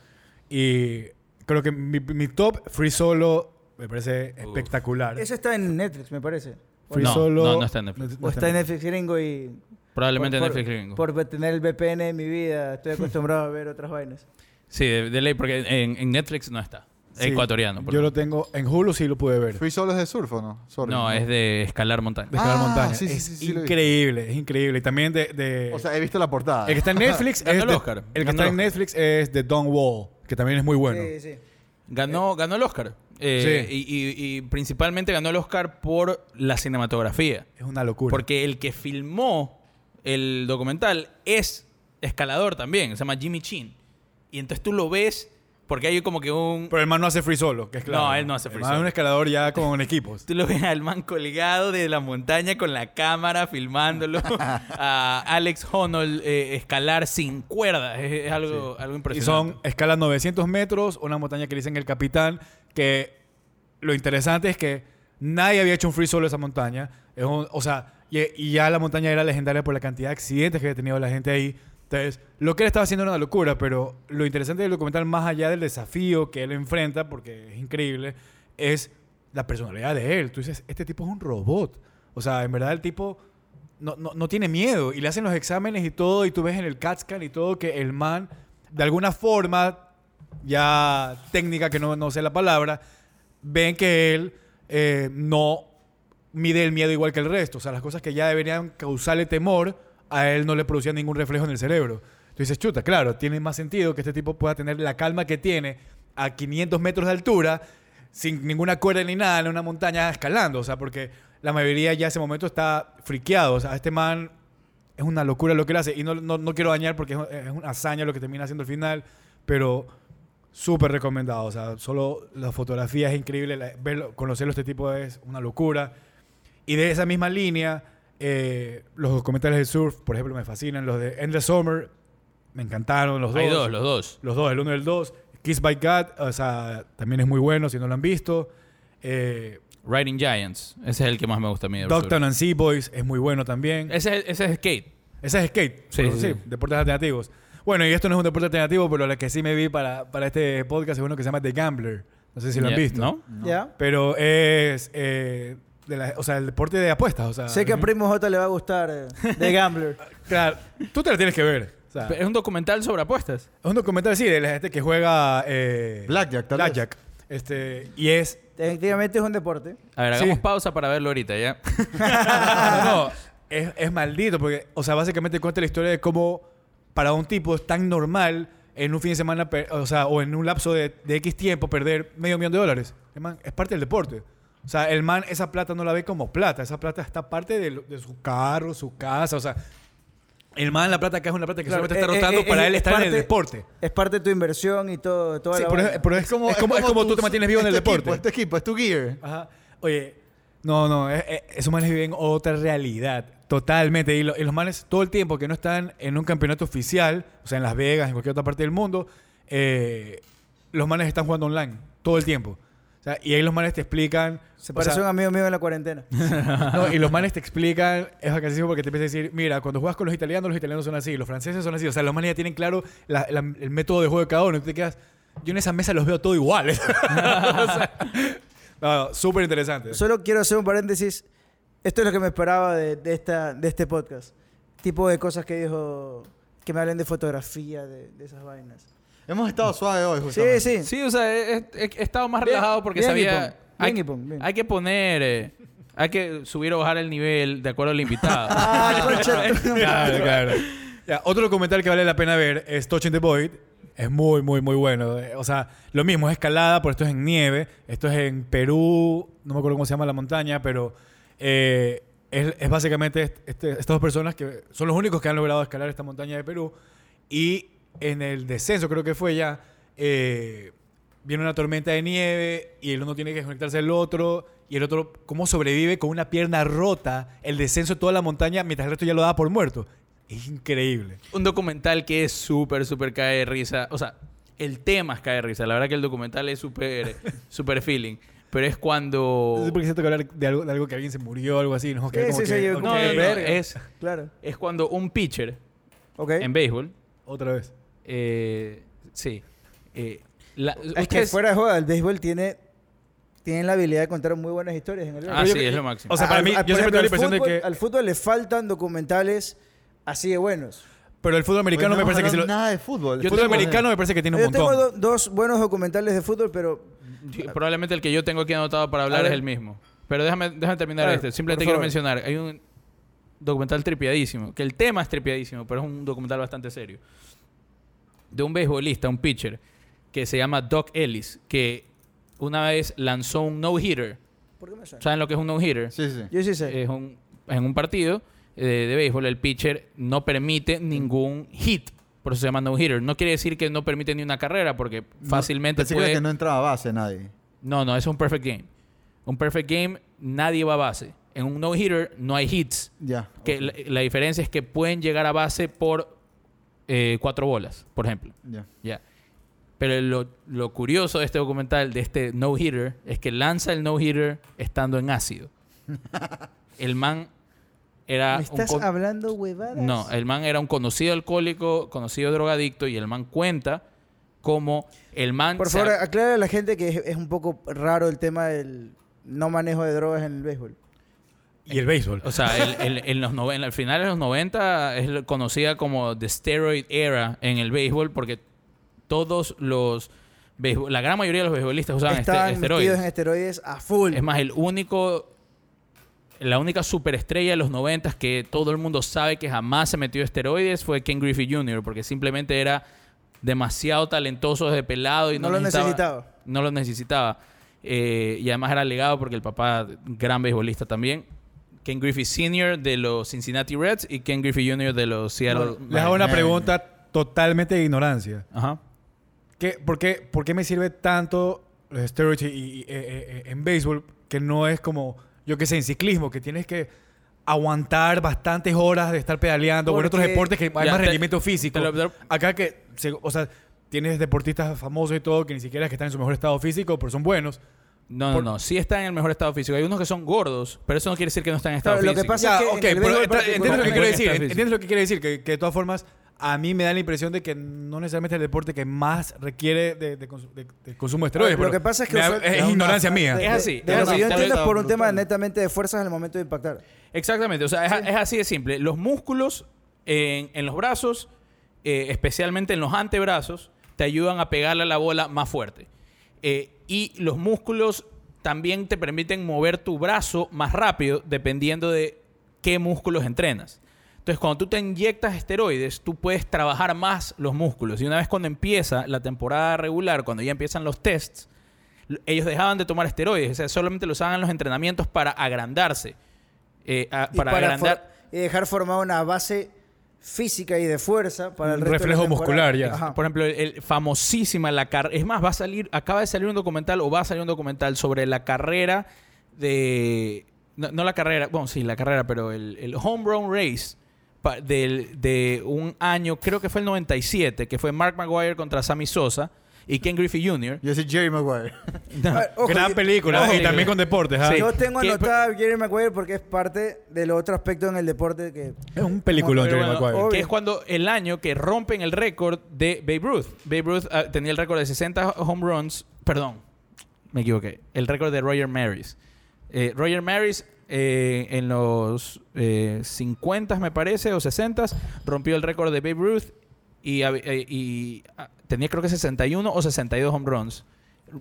Y creo que mi, mi top, Free Solo, me parece espectacular.
Eso está en Netflix, me parece.
Free
No, no, no está en Netflix.
O está en Netflix gringo y...
Probablemente
por,
Netflix
por-
gringo.
Por tener el VPN en mi vida, estoy acostumbrado a ver otras vainas.
Sí, de, de ley, porque en, en Netflix no está.
Sí,
Ecuatoriano. por
Yo
lo
lo tengo en Hulu, sí lo pude ver.
Free Solo es de surf o no? Sorry.
No, es de escalar montaña.
de escalar
Ah,
montaña.
sí, sí,
es
sí, sí, lo he visto.
increíble, es increíble. Y también de, de-
O sea, he visto la portada.
el que está en Netflix
Ganó
es
el
de-
Oscar.
el que
Ganó
está
el
en
Oscar.
Netflix es de Don Wall, que también es muy bueno.
Sí, sí.
Ganó, ganó el Oscar. Eh,
Sí.
y, y- y principalmente ganó el Oscar por la cinematografía.
Es una locura.
Porque el que filmó el documental es escalador también. Se llama Jimmy Chin. Y entonces tú lo ves porque hay como que un...
pero el man no hace free solo, que es claro.
No, él no hace free
El man es
solo.
un escalador ya con equipos.
Tú lo ves al man colgado de la montaña con la cámara filmándolo. a Alex Honnold eh, escalar sin cuerdas. Es, es algo, algo
y
impresionante.
son escalas 900 metros, una montaña que le dicen el capitán, que lo interesante es que nadie había hecho un free solo en esa montaña. Es un- o sea, y, y ya la montaña era legendaria por la cantidad de accidentes que había tenido la gente ahí. Entonces, lo que él estaba haciendo era una locura, pero lo interesante del documental, más allá del desafío que él enfrenta, porque es increíble, es la personalidad de él. Tú dices, este tipo es un robot. O sea, en verdad el tipo no, no- no tiene miedo. Y le hacen los exámenes y todo, y tú ves en el CAT scan y todo que el man, de alguna forma, ya técnica que no, no sé la palabra, ven que él eh, no mide el miedo igual que el resto. O sea, las cosas que ya deberían causarle temor, a él no le producían ningún reflejo en el cerebro. Tú dices, chuta, claro, tiene más sentido que este tipo pueda tener la calma que tiene a 500 metros de altura, sin ninguna cuerda ni nada, en una montaña escalando. O sea, porque la mayoría ya en ese momento está friqueado. O sea, este man es una locura lo que él hace. Y no, no- no quiero dañar porque es, es una hazaña lo que termina haciendo al final, pero súper recomendado. O sea, solo la fotografía es increíble. la- verlo, conocerlo a este tipo es una locura. Y de esa misma línea, eh, los documentales de surf, por ejemplo, me fascinan. Los de Endless Summer, me encantaron los
Hay dos, los dos.
los dos, el uno y el dos. Kiss by God, o sea, también es muy bueno si no lo han visto. Eh,
Riding Giants. Ese es el que más me gusta a mí. de
Dogtown
Brasil.
and Sea Boys es muy bueno también.
Ese, es- ese es skate.
Ese es skate,
Sí,
pero
sí,
sí,
sí.
deportes alternativos. Bueno, y esto no es un deporte alternativo, pero la que sí me vi para, para este podcast es uno que se llama The Gambler, No sé si lo han visto.
¿No?
¿Ya?
Pero es. eh, de la- o sea, el deporte de apuestas. O sea, mm,
Sé que a Primo J le va a gustar eh, The Gambler.
Claro, tú te la tienes que ver. O sea,
Pero Es un documental sobre apuestas.
Es un documental, sí, de la gente que juega. eh,
Blackjack, tal vez.
Blackjack. Este, y es.
Técnicamente es un deporte.
A ver,
Sí.
hagamos pausa para verlo ahorita, ¿ya?
no, no, es, es maldito, porque, o sea, básicamente cuenta la historia de cómo para un tipo es tan normal en un fin de semana, per- o sea, o en un lapso de, de X tiempo perder medio millón de dólares. El man es parte del deporte. O sea, el man esa plata no la ve como plata, esa plata está parte de, lo- de su carro, su casa, o sea, el man la plata que es una plata que
Claro,
solamente está
eh, eh,
rotando
eh,
para
es-
él
es
estar en el
parte-
deporte.
Es parte de tu inversión y todo. Toda
Sí,
la
pero, es,
vaina.
pero es como, es como, es como tú te mantienes vivo en el
es tu este
deporte.
Equipo, es tu equipo, es tu gear.
Ajá. Oye, no, no, eh, eh, esos manes viven otra realidad, totalmente. Y, lo- y los manes todo el tiempo que no están en un campeonato oficial, o sea, en Las Vegas, en cualquier otra parte del mundo, eh, los manes están jugando online todo el tiempo. O sea, y ahí los manes te explican.
Se
o
parece
sea,
a un amigo mío en la cuarentena.
no, y los manes te explican, es bacanísimo porque te empiezan a decir, mira, cuando juegas con los italianos, los italianos son así, los franceses son así. O sea, los manes ya tienen claro la- la- el método de juego de cada uno. Y tú te quedas, yo en esa mesa los veo todos iguales. O sea, no, no, súper interesante.
Solo quiero hacer un paréntesis. Esto es lo que me esperaba de, de esta, de este podcast. Tipo de cosas que dijo. Que me hablen de fotografía, de, de esas vainas.
Hemos estado suaves
Pues
hoy,
Sí,
justamente.
sí.
Sí, o sea, he, he- he estado más
Bien,
relajado porque
bien,
sabía.
Ipon,
hay,
bien, Ipon, bien.
hay que poner. eh, hay que subir o bajar el nivel de acuerdo al invitado.
Ah, concha, tú no me-
Claro, claro. Ya, otro documental que vale la pena ver es Touching the Void. Es muy, muy, muy bueno. Eh, O sea, lo mismo, es escalada, pero esto es en nieve. Esto es en Perú, no me acuerdo cómo se llama la montaña, pero eh, es, es básicamente est- este- estas dos personas que son los únicos que han logrado escalar esta montaña de Perú. Y en el descenso, creo que fue ya, eh, viene una tormenta de nieve y el uno tiene que conectarse al otro. Y el otro, ¿cómo sobrevive con una pierna rota el descenso de toda la montaña mientras el resto ya lo daba por muerto? Es increíble.
un documental que es súper, súper cae de risa. O sea, el tema es cae de risa. La verdad que el documental es súper, súper feeling. Pero es cuando.
No sé por qué se toca hablar de algo, de algo que alguien se murió o algo así. No, que
Sí,
como
sí,
que,
sí, yo-
ok,
No, no, no,
verga.
es,
Claro.
es cuando un pitcher
Ok.
en béisbol.
Otra vez.
eh, sí. eh, la-
Es que
ustedes-
fuera de juego, el béisbol tiene, tiene la habilidad de contar muy buenas historias en el béisbol.
Ah, sí, es lo máximo.
O sea, para
Al-
mí,
al-
yo
por
siempre tengo la
ejemplo,
impresión de
al fútbol-
que.
Al fútbol le faltan documentales así de buenos.
Pero el fútbol
Hoy
americano
Pues no
me parece que
hemos
se lo-
hablado nada de fútbol.
El
Yo
fútbol
tengo-
americano me parece que tiene un
Yo tengo
montón.
do- dos buenos documentales de fútbol, pero
Sí, Probablemente el que yo tengo aquí anotado para
A
hablar
ver.
es el mismo. Pero déjame, déjame terminar
A ver,
este.
por
Simplemente quiero
favor.
mencionar. Hay un documental tripiadísimo. Que el tema es tripiadísimo, pero es un documental bastante serio. De un beisbolista, un pitcher, que se llama Doc Ellis, que una vez lanzó un no-hitter.
¿por qué me suena?
¿Saben lo que es un no-hitter?
Sí, sí.
Yo sí
eh,
sé.
Es un, en un partido eh, de béisbol, el pitcher no permite ningún hit. Por eso se llama no-hitter. No quiere decir que no permite ni una carrera, porque fácilmente
Pensé que era
puede...
que no entraba a base nadie.
No, no, eso es un perfect game. Un perfect game, nadie va a base. En un no-hitter no hay hits.
Ya.
Que la, la diferencia es que pueden llegar a base por eh, cuatro bolas, por ejemplo.
Ya.
Ya. Pero lo, lo curioso de este documental, de este no-hitter, es que lanza el no-hitter estando en ácido. El man era
ah,
¿Me
un
estás
con-
hablando huevadas?
no,
eh,
el man era un conocido alcohólico, conocido drogadicto, y el man cuenta cómo el man
Por
se
favor,
a-
aclara a la gente que es, es un poco raro el tema del no manejo de drogas en el béisbol.
Y el béisbol.
O sea, el- el- en los noven- al final de los 90 es lo- conocida como The Steroid Era en el béisbol porque todos los... béisbol- la gran mayoría de los beisbolistas usaban este-
Estaban metidos
esteroides.
en esteroides a full.
Es más, el único... La única superestrella de los 90 que todo el mundo sabe que jamás se metió esteroides fue Ken Griffey Jr. porque simplemente era demasiado talentoso desde pelado y no,
No lo necesitaba.
No lo necesitaba. Eh, y además era legado porque el papá, gran beisbolista también. Ken Griffey Sr. de los Cincinnati Reds y Ken Griffey Jr. de los Seattle.
Les hago una
Imagínate.
pregunta totalmente de ignorancia.
Ajá.
¿Qué- por, qué, por qué me sirve tanto los steroids y, y- eh, eh, en béisbol que no es como, yo qué sé, en ciclismo, que tienes que aguantar bastantes horas de estar pedaleando o en otros
Porque-
deportes que hay
Ya,
más
te-
rendimiento físico?
te lo-
Acá que, se- o sea, tienes deportistas famosos y todo que ni siquiera es que están en su mejor estado físico, pero son buenos.
No,
Por-
no, no. Sí está en el mejor estado físico. Hay unos que son gordos, pero eso no quiere decir que no están en estado
Claro, lo que
físico.
pasa- O sea,
Ya,
que en
ok,
el
pero
béisbol
entra-
particular-
entiendes lo que
Buen
quiero
estado
decir.
físico.
Entiendes lo que quiero decir, que, que de todas formas a mí me da la impresión de que no necesariamente es el deporte que más requiere de, de consu- de- de consumo de esteroides.
Lo
pero
que pasa es que
me da-
usual-
es, ignorancia mía.
Es así,
De,
es
lo que
así.
yo
Está
entiendo es por un
brutal.
tema netamente de fuerzas al momento de impactar.
Exactamente, o sea, es, a- es así de simple. Los músculos en, en los brazos, eh, especialmente en los antebrazos, te ayudan a pegarle a la bola más fuerte. Eh, y los músculos también te permiten mover tu brazo más rápido dependiendo de qué músculos entrenas. Entonces, cuando tú te inyectas esteroides, tú puedes trabajar más los músculos. Y una vez cuando empieza la temporada regular, cuando ya empiezan los tests, l- ellos dejaban de tomar esteroides. O sea, solamente lo usaban en los entrenamientos para agrandarse. Eh, a-
Y
para,
for-
agrandar.
y dejar formada una base física y de fuerza para
Un
el resto de la
reflejo
temporada.
muscular, ya.
Ajá.
Por ejemplo, el, el famosísima la carrera. Es más, va a salir, acaba de salir un documental o va a salir un documental sobre la carrera de. No, no la carrera, bueno, sí, la carrera, pero el, el home run race pa- del- de un año, creo que fue el 97, que fue Mark Maguire contra Sammy Sosa y Ken Griffey Jr.
Yo soy Jerry Maguire.
A ver, ojo,
Gran
yo-
película.
ojo,
y también
película.
con deportes. ¿ah?
Sí.
Yo tengo
¿Qué-
anotado a Jerry Maguire porque es parte del otro aspecto en el deporte que...
Es un peliculón,
Pero
Jerry
bueno,
Maguire.
Obvio.
Que es cuando el año que rompen el récord de Babe Ruth. Babe Ruth ah, tenía el récord de 60 home runs. Perdón, me equivoqué. El récord de Roger Maris. Eh, Roger Maris eh, en los eh, 50 me parece o 60 rompió el récord de Babe Ruth y, hab- eh, y, ah, tenía creo que 61 o 62 home runs.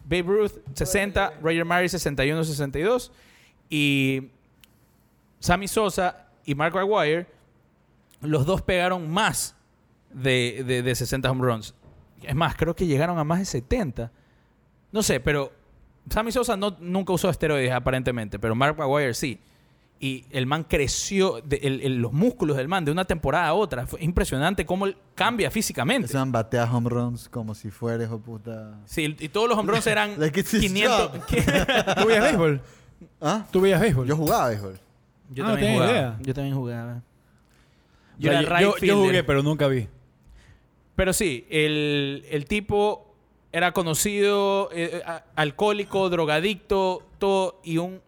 Babe Ruth 60, Roger Maris 61 62 y Sammy Sosa y Mark Maguire los dos pegaron más de, de- de 60 home runs. Es más, creo que llegaron a más de 70. No sé, pero Sammy Sosa no, nunca usó esteroides aparentemente, pero Mark Maguire sí. Y el man creció, de- el- el- los músculos del man de una temporada a otra. Fue impresionante cómo él cambia físicamente.
Ese man batea home runs como si fuera, hijo de puta.
Sí, y todos los home runs eran
Like it's his
500.
job.
¿Tú veías béisbol?
¿Ah?
¿Tú veías béisbol?
Yo jugaba béisbol.
Yo
Ah, no
también
tenía
jugaba.
idea.
Yo también jugaba. Yo
Yo,
era
yo-
right
yo jugué,
fielder.
pero nunca vi.
Pero sí, el, el tipo era conocido, eh, a- alcohólico, drogadicto, todo, y un...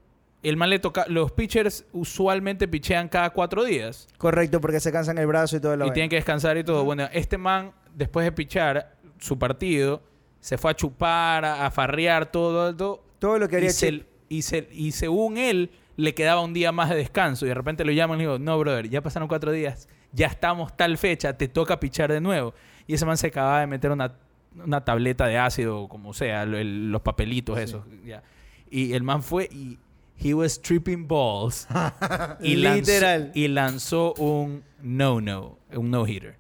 El man le toca... Los pitchers usualmente pichean cada cuatro días
Correcto, porque se cansan el brazo y todo
y
lo
tienen que descansar y todo. Bueno, este man, después de pichar su partido, se fue a chupar, a, a farrear, todo, todo.
Todo lo que haría
y, se-
Chip.
y, se- y según él, le quedaba un día más de descanso. Y de repente lo llaman y le digo, no, brother, ya pasaron cuatro días. Ya estamos tal fecha, te toca pichar de nuevo. Y ese man se acababa de meter una, una tableta de ácido, o como sea, lo- el- los papelitos esos. ya. Y el man fue y... He was tripping balls. y lanzó-
Literal.
y lanzó un no-no, un no-hitter.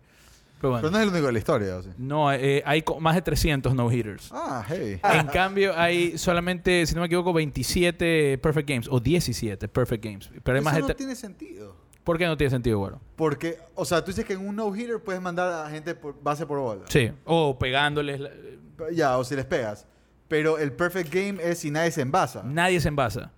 Pero bueno,
Pero no es el único de la historia, o sea.
no, eh, hay co- más de 300 no-hitters.
Ah, heavy.
En cambio, hay solamente, si no me equivoco, 27 Perfect Games o 17 Perfect Games. Pero hay más
Eso
de
no
tre-
tiene sentido.
¿Por qué no tiene sentido, güero?
Porque, o sea, tú dices que en un no-hitter puedes mandar a gente por base por bola.
Sí. O pegándoles. la-
Pero Ya, o si les pegas. Pero el perfect game es si nadie se envasa.
Nadie se envasa.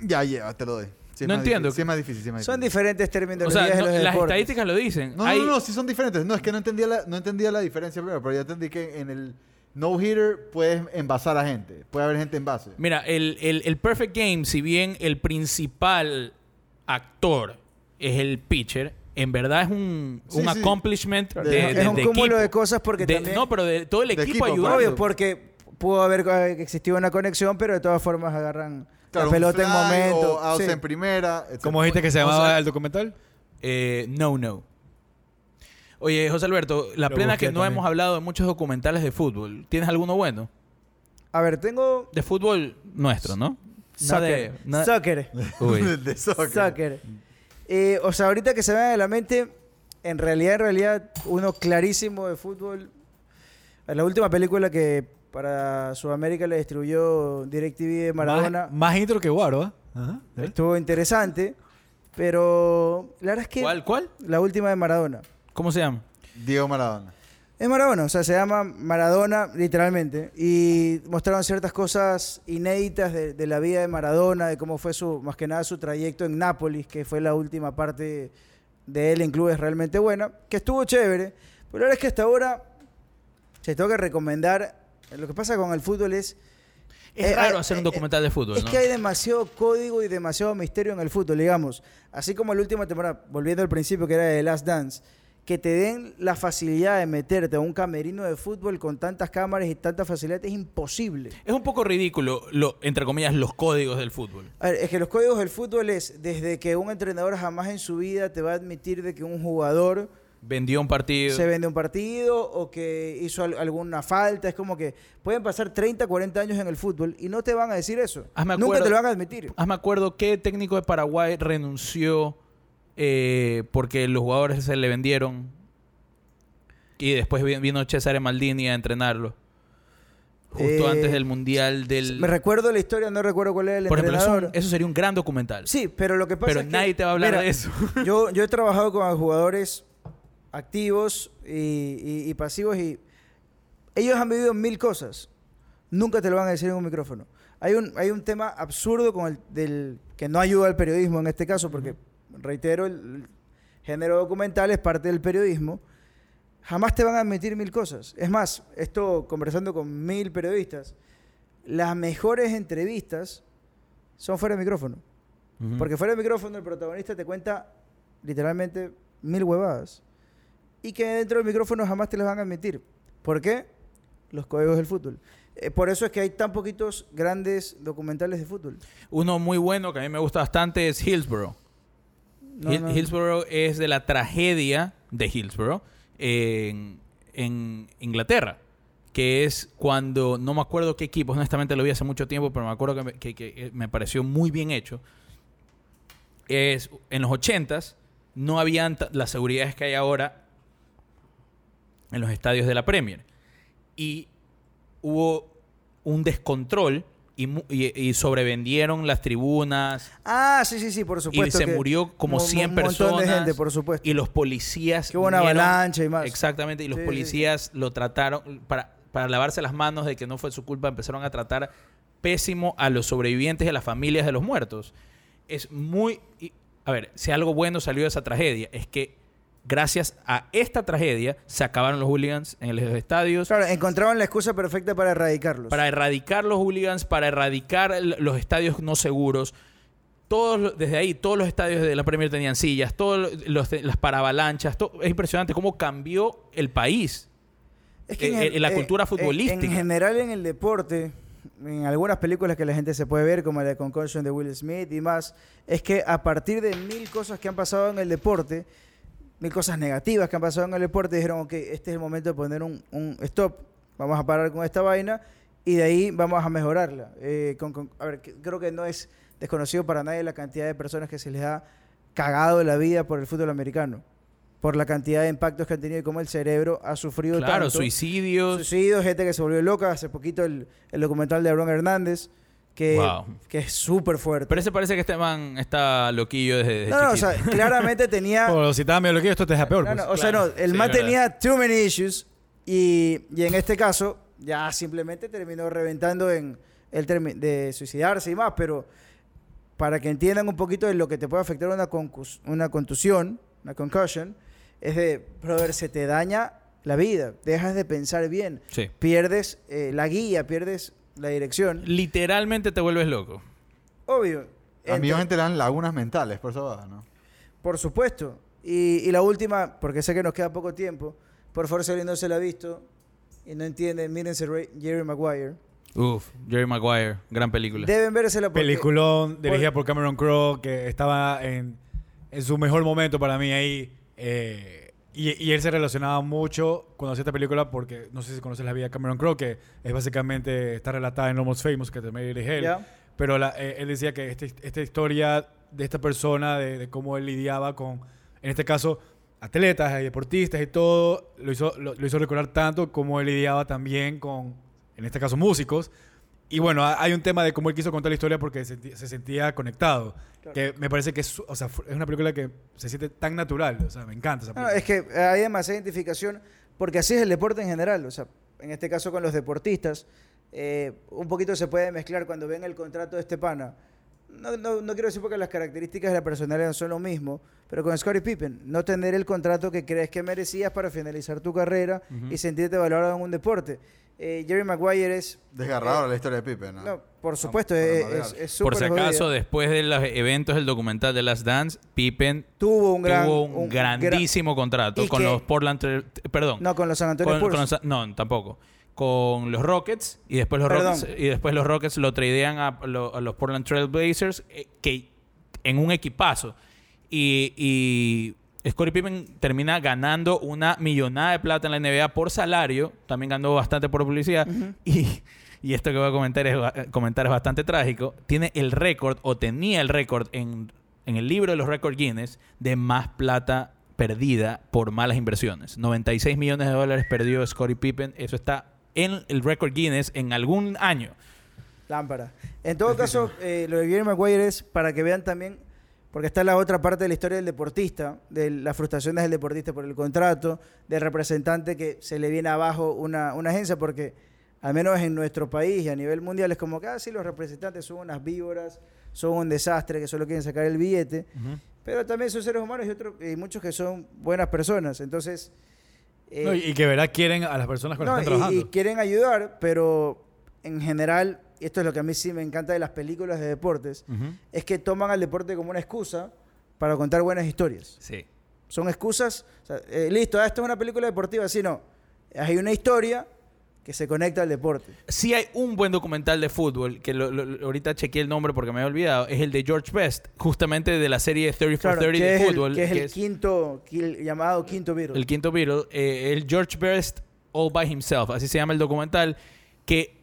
Ya, ya, te lo doy. Sí, es
No
más
entiendo.
difícil, sí es más difícil, sí es más
que... Son
difícil.
diferentes términos
O sea,
de
no-
los
las
deportes.
estadísticas lo dicen.
No,
Hay-
no, no, sí son diferentes. No, es que no entendía la, no entendía la diferencia primero, pero yo entendí que en el no-hitter puedes envasar a gente. Puede haber gente en base.
Mira, el, el- el Perfect Game, si bien el principal actor es el pitcher, en verdad es un,
Sí,
un
sí.
accomplishment
Claro.
de,
Es
de-
un
de
cúmulo
equipo.
de cosas porque también-
No, pero de todo el
De
equipo,
equipo,
ayudando.
Obvio, porque pudo haber eh, existido una conexión, pero de todas formas agarran
Claro,
la
un
pelota en
fly
momento.
O outs
Sí.
en primera, etc.
¿Cómo dijiste que se
O
llamaba
sea-
el documental?
Eh, no, no. Oye, José Alberto, la
Lo
plena
busqué
que no
también.
hemos hablado de muchos documentales de fútbol. ¿Tienes alguno bueno?
A ver, tengo...
De fútbol nuestro, ¿no? Nada de-
Soccer.
nada-
Soccer.
Uy.
de soccer.
Soccer. Eh, o sea, ahorita que se vean en la mente, en realidad, en realidad, uno clarísimo de fútbol. En La última película que para Sudamérica le distribuyó DirecTV de Maradona ¿Eh?
Más, más intro que Guaro, ¿ah? Ajá.
estuvo interesante, pero la verdad es que
¿Cuál, cuál?
la última de Maradona.
¿Cómo se llama?
Diego Maradona.
Es Maradona, o sea, se llama Maradona literalmente. Y mostraron ciertas cosas inéditas de, de la vida de Maradona, de cómo fue su, más que nada su trayecto en Nápoles, que fue la última parte de él en clubes realmente buena, que estuvo chévere. Pero la verdad es que hasta ahora se toca recomendar. Lo que pasa con el fútbol es
Es
Eh,
raro
eh,
hacer un
eh,
documental de fútbol,
Es
¿no?
que hay demasiado código y demasiado misterio en el fútbol, digamos. Así como la última temporada, volviendo al principio que era de Last Dance, que te den la facilidad de meterte a un camerino de fútbol con tantas cámaras y tantas facilidades es imposible.
Es un poco ridículo, lo, entre comillas, los códigos del fútbol.
A ver, es que los códigos del fútbol es desde que un entrenador jamás en su vida te va a admitir de que un jugador
Vendió un partido.
se vende un partido o que hizo al- alguna falta. Es como que pueden pasar 30, 40 años en el fútbol y no te van a decir eso.
Hazme
Nunca
Ah, acuerdo-
te lo van a admitir.
Ah, me acuerdo qué técnico de Paraguay renunció eh, porque los jugadores se le vendieron. Y después vi- vino Cesare Maldini a entrenarlo. Justo
Eh,
antes del Mundial del...
Me recuerdo la historia, no recuerdo cuál era el
Por ejemplo, eso,
entrenador.
eso sería un gran documental.
Sí, pero lo que pasa
Pero
es que-
nadie te va a hablar
mira,
de eso.
yo, yo he trabajado con jugadores activos y, y- y pasivos y ellos han vivido mil cosas. Nunca te lo van a decir en un micrófono. Hay un, hay un tema absurdo con el del que no ayuda al periodismo en este caso, porque, reitero, el, el género documental es parte del periodismo. Jamás te van a admitir mil cosas. Es más, esto conversando con mil periodistas, las mejores entrevistas son fuera de micrófono.
Ujú.
Porque fuera del micrófono el protagonista te cuenta literalmente mil huevadas. Y que dentro del micrófono jamás te las van a admitir. ¿Por qué? Los códigos del fútbol. Eh, por eso es que hay tan poquitos grandes documentales de fútbol.
Uno muy bueno que a mí me gusta bastante es Hillsborough.
No,
Hill-
no.
Hillsborough es de la tragedia de Hillsborough en, en Inglaterra, que es cuando, no me acuerdo qué equipo, honestamente lo vi hace mucho tiempo, pero me acuerdo que me, que- que me pareció muy bien hecho. Es en los 80s no habían ta- las seguridades que hay ahora en los estadios de la Premier. Y hubo un descontrol y, mu- y- y sobrevendieron las tribunas
Ah, sí, sí, sí, por supuesto.
y se
que
murió como
mo- mo-
100
un
personas.
montón de gente, por supuesto.
Y los policías.
Que hubo una avalancha y más.
Exactamente. Y los
Sí, sí,
policías lo trataron para, para lavarse las manos de que no fue su culpa. Empezaron a tratar pésimo a los sobrevivientes y a las familias de los muertos. Es muy. y- a ver, si algo bueno salió de esa tragedia, es que gracias a esta tragedia se acabaron los hooligans en los estadios.
Claro, encontraron la excusa perfecta para erradicarlos.
Para erradicar los hooligans, para erradicar el- los estadios no seguros. Todos, lo- desde ahí, todos los estadios de la Premier tenían sillas, todos los, las paravalanchas. todo- es impresionante cómo cambió el país.
Es que
Eh,
gen-
eh, la
eh,
cultura
eh,
futbolística.
En general, en el deporte, en algunas películas que la gente se puede ver, como la de Concussion de Will Smith y más, es que a partir de mil cosas que han pasado en el deporte, mil cosas negativas que han pasado en el deporte, dijeron, ok, este es el momento de poner un, un stop, vamos a parar con esta vaina y de ahí vamos a mejorarla. Eh, con- con- a ver, que- creo que no es desconocido para nadie la cantidad de personas que se les ha cagado la vida por el fútbol americano, por la cantidad de impactos que han tenido y cómo el cerebro ha sufrido
Claro,
tanto.
suicidios.
Suicidios, gente que se volvió loca. Hace poquito el, el documental de Abrón Hernández, que,
Wow.
que es súper fuerte.
Pero ese parece que este man está loquillo desde, desde
no, no, o
chiquito.
sea, claramente tenía...
Como si estaba medio loquillo, esto te deja peor.
No,
pues.
no, o sea, no,
Claro,
el
sí,
man
es verdad.
tenía too many issues y, y en este caso ya simplemente terminó reventando en el termi- de suicidarse y más, pero para que entiendan un poquito de lo que te puede afectar una, concus- una contusión, una concussion, es de, brother, se te daña la vida, dejas de pensar bien,
Sí.
pierdes eh, la guía, pierdes la dirección.
Literalmente te vuelves loco.
Obvio.
A mí
Ente-
gente le dan lagunas mentales, por eso va, ¿no?
Por supuesto. Y, y la última, porque sé que nos queda poco tiempo, por favor, si alguien no se la ha visto y no entiende, mírense Ray- Jerry Maguire.
Uf, Jerry Maguire, gran película.
Deben vérsela porque...
Peliculón dirigida por Cameron Crowe que estaba en, en su mejor momento para mí ahí. eh, y, y él se relacionaba mucho con esta película porque no sé si conoces la vida de Cameron Crowe, que es básicamente está relatada en Almost Famous, que también dirige él.
Ya.
Pero la- eh, él decía que este- esta historia de esta persona, de, de cómo él lidiaba con, en este caso, atletas y deportistas y todo, lo hizo, lo, lo hizo recordar tanto como él lidiaba también con, en este caso, músicos. Y bueno, ha- hay un tema de cómo él quiso contar la historia porque se, senti- se sentía conectado. Que me parece que es, su- o sea, fu- es una película que se siente tan natural. O sea, me encanta esa
No, no,
película.
es que hay demasiada identificación porque así es el deporte en general. O sea, en este caso con los deportistas, eh, un poquito se puede mezclar cuando ven el contrato de este pana. No, no, no quiero decir porque las características de la personalidad son lo mismo, pero con Scottie Pippen, no tener el contrato que crees que merecías para finalizar tu carrera y sentirte valorado en un deporte. eh, Jerry Maguire es...
Desgarrador la historia de Pipe, ¿no?
Eh, No, por supuesto,
no,
es-
no, no,
es
no.
es
Por
súper
si acaso,
jodido.
después de los eventos del documental de Last Dance, Pippen
tuvo un, gran,
tuvo un,
un gran-
grandísimo contrato
y
con
que-
los Portland... Trail- Perdón.
No, con los San Antonio
Con-
Spurs.
con los- no, tampoco. Con los Rockets y después los
Perdón.
Rockets, y después los Rockets lo tradean a, lo- a los Portland Trail Blazers eh, que en un equipazo y, y Scottie Pippen termina ganando una millonada de plata en la NBA por salario, también ganó bastante por publicidad y y esto que voy a comentar es, ba- comentar es bastante trágico. Tiene el récord, o tenía el récord en, en el libro de los récords Guinness, de más plata perdida por malas inversiones. 96 millones de dólares perdió Scottie Pippen. Eso está en el récord Guinness en algún año.
Lámpara. En todo caso, eh, lo de Jerry Maguire es para que vean también, porque está la otra parte de la historia del deportista, de las frustraciones del deportista por el contrato, del representante que se le viene abajo una, una agencia, porque al menos en nuestro país y a nivel mundial es como casi los representantes son unas víboras, son un desastre, que solo quieren sacar el billete, pero también son seres humanos y, otro- y muchos que son buenas personas. Entonces... eh,
No, y, y que verá quieren a las personas con las
no,
que
y-
están trabajando.
Y, quieren ayudar, pero en general, y esto es lo que a mí sí me encanta de las películas de deportes, es que toman al deporte como una excusa para contar buenas historias.
Sí.
Son excusas, o sea, eh, listo, ah, esto es una película deportiva, sí, no. Hay una historia que se conecta al deporte.
Sí hay un buen documental de fútbol, que lo- lo- lo- ahorita chequeé el nombre porque me había olvidado, es el de George Best, justamente de la serie 30 for
Claro,
30
que
de
es el,
fútbol.
que es
que
el
es-
quinto, quil- llamado quinto virus.
El quinto Beatle, eh, el George Best All by Himself, así se llama el documental, que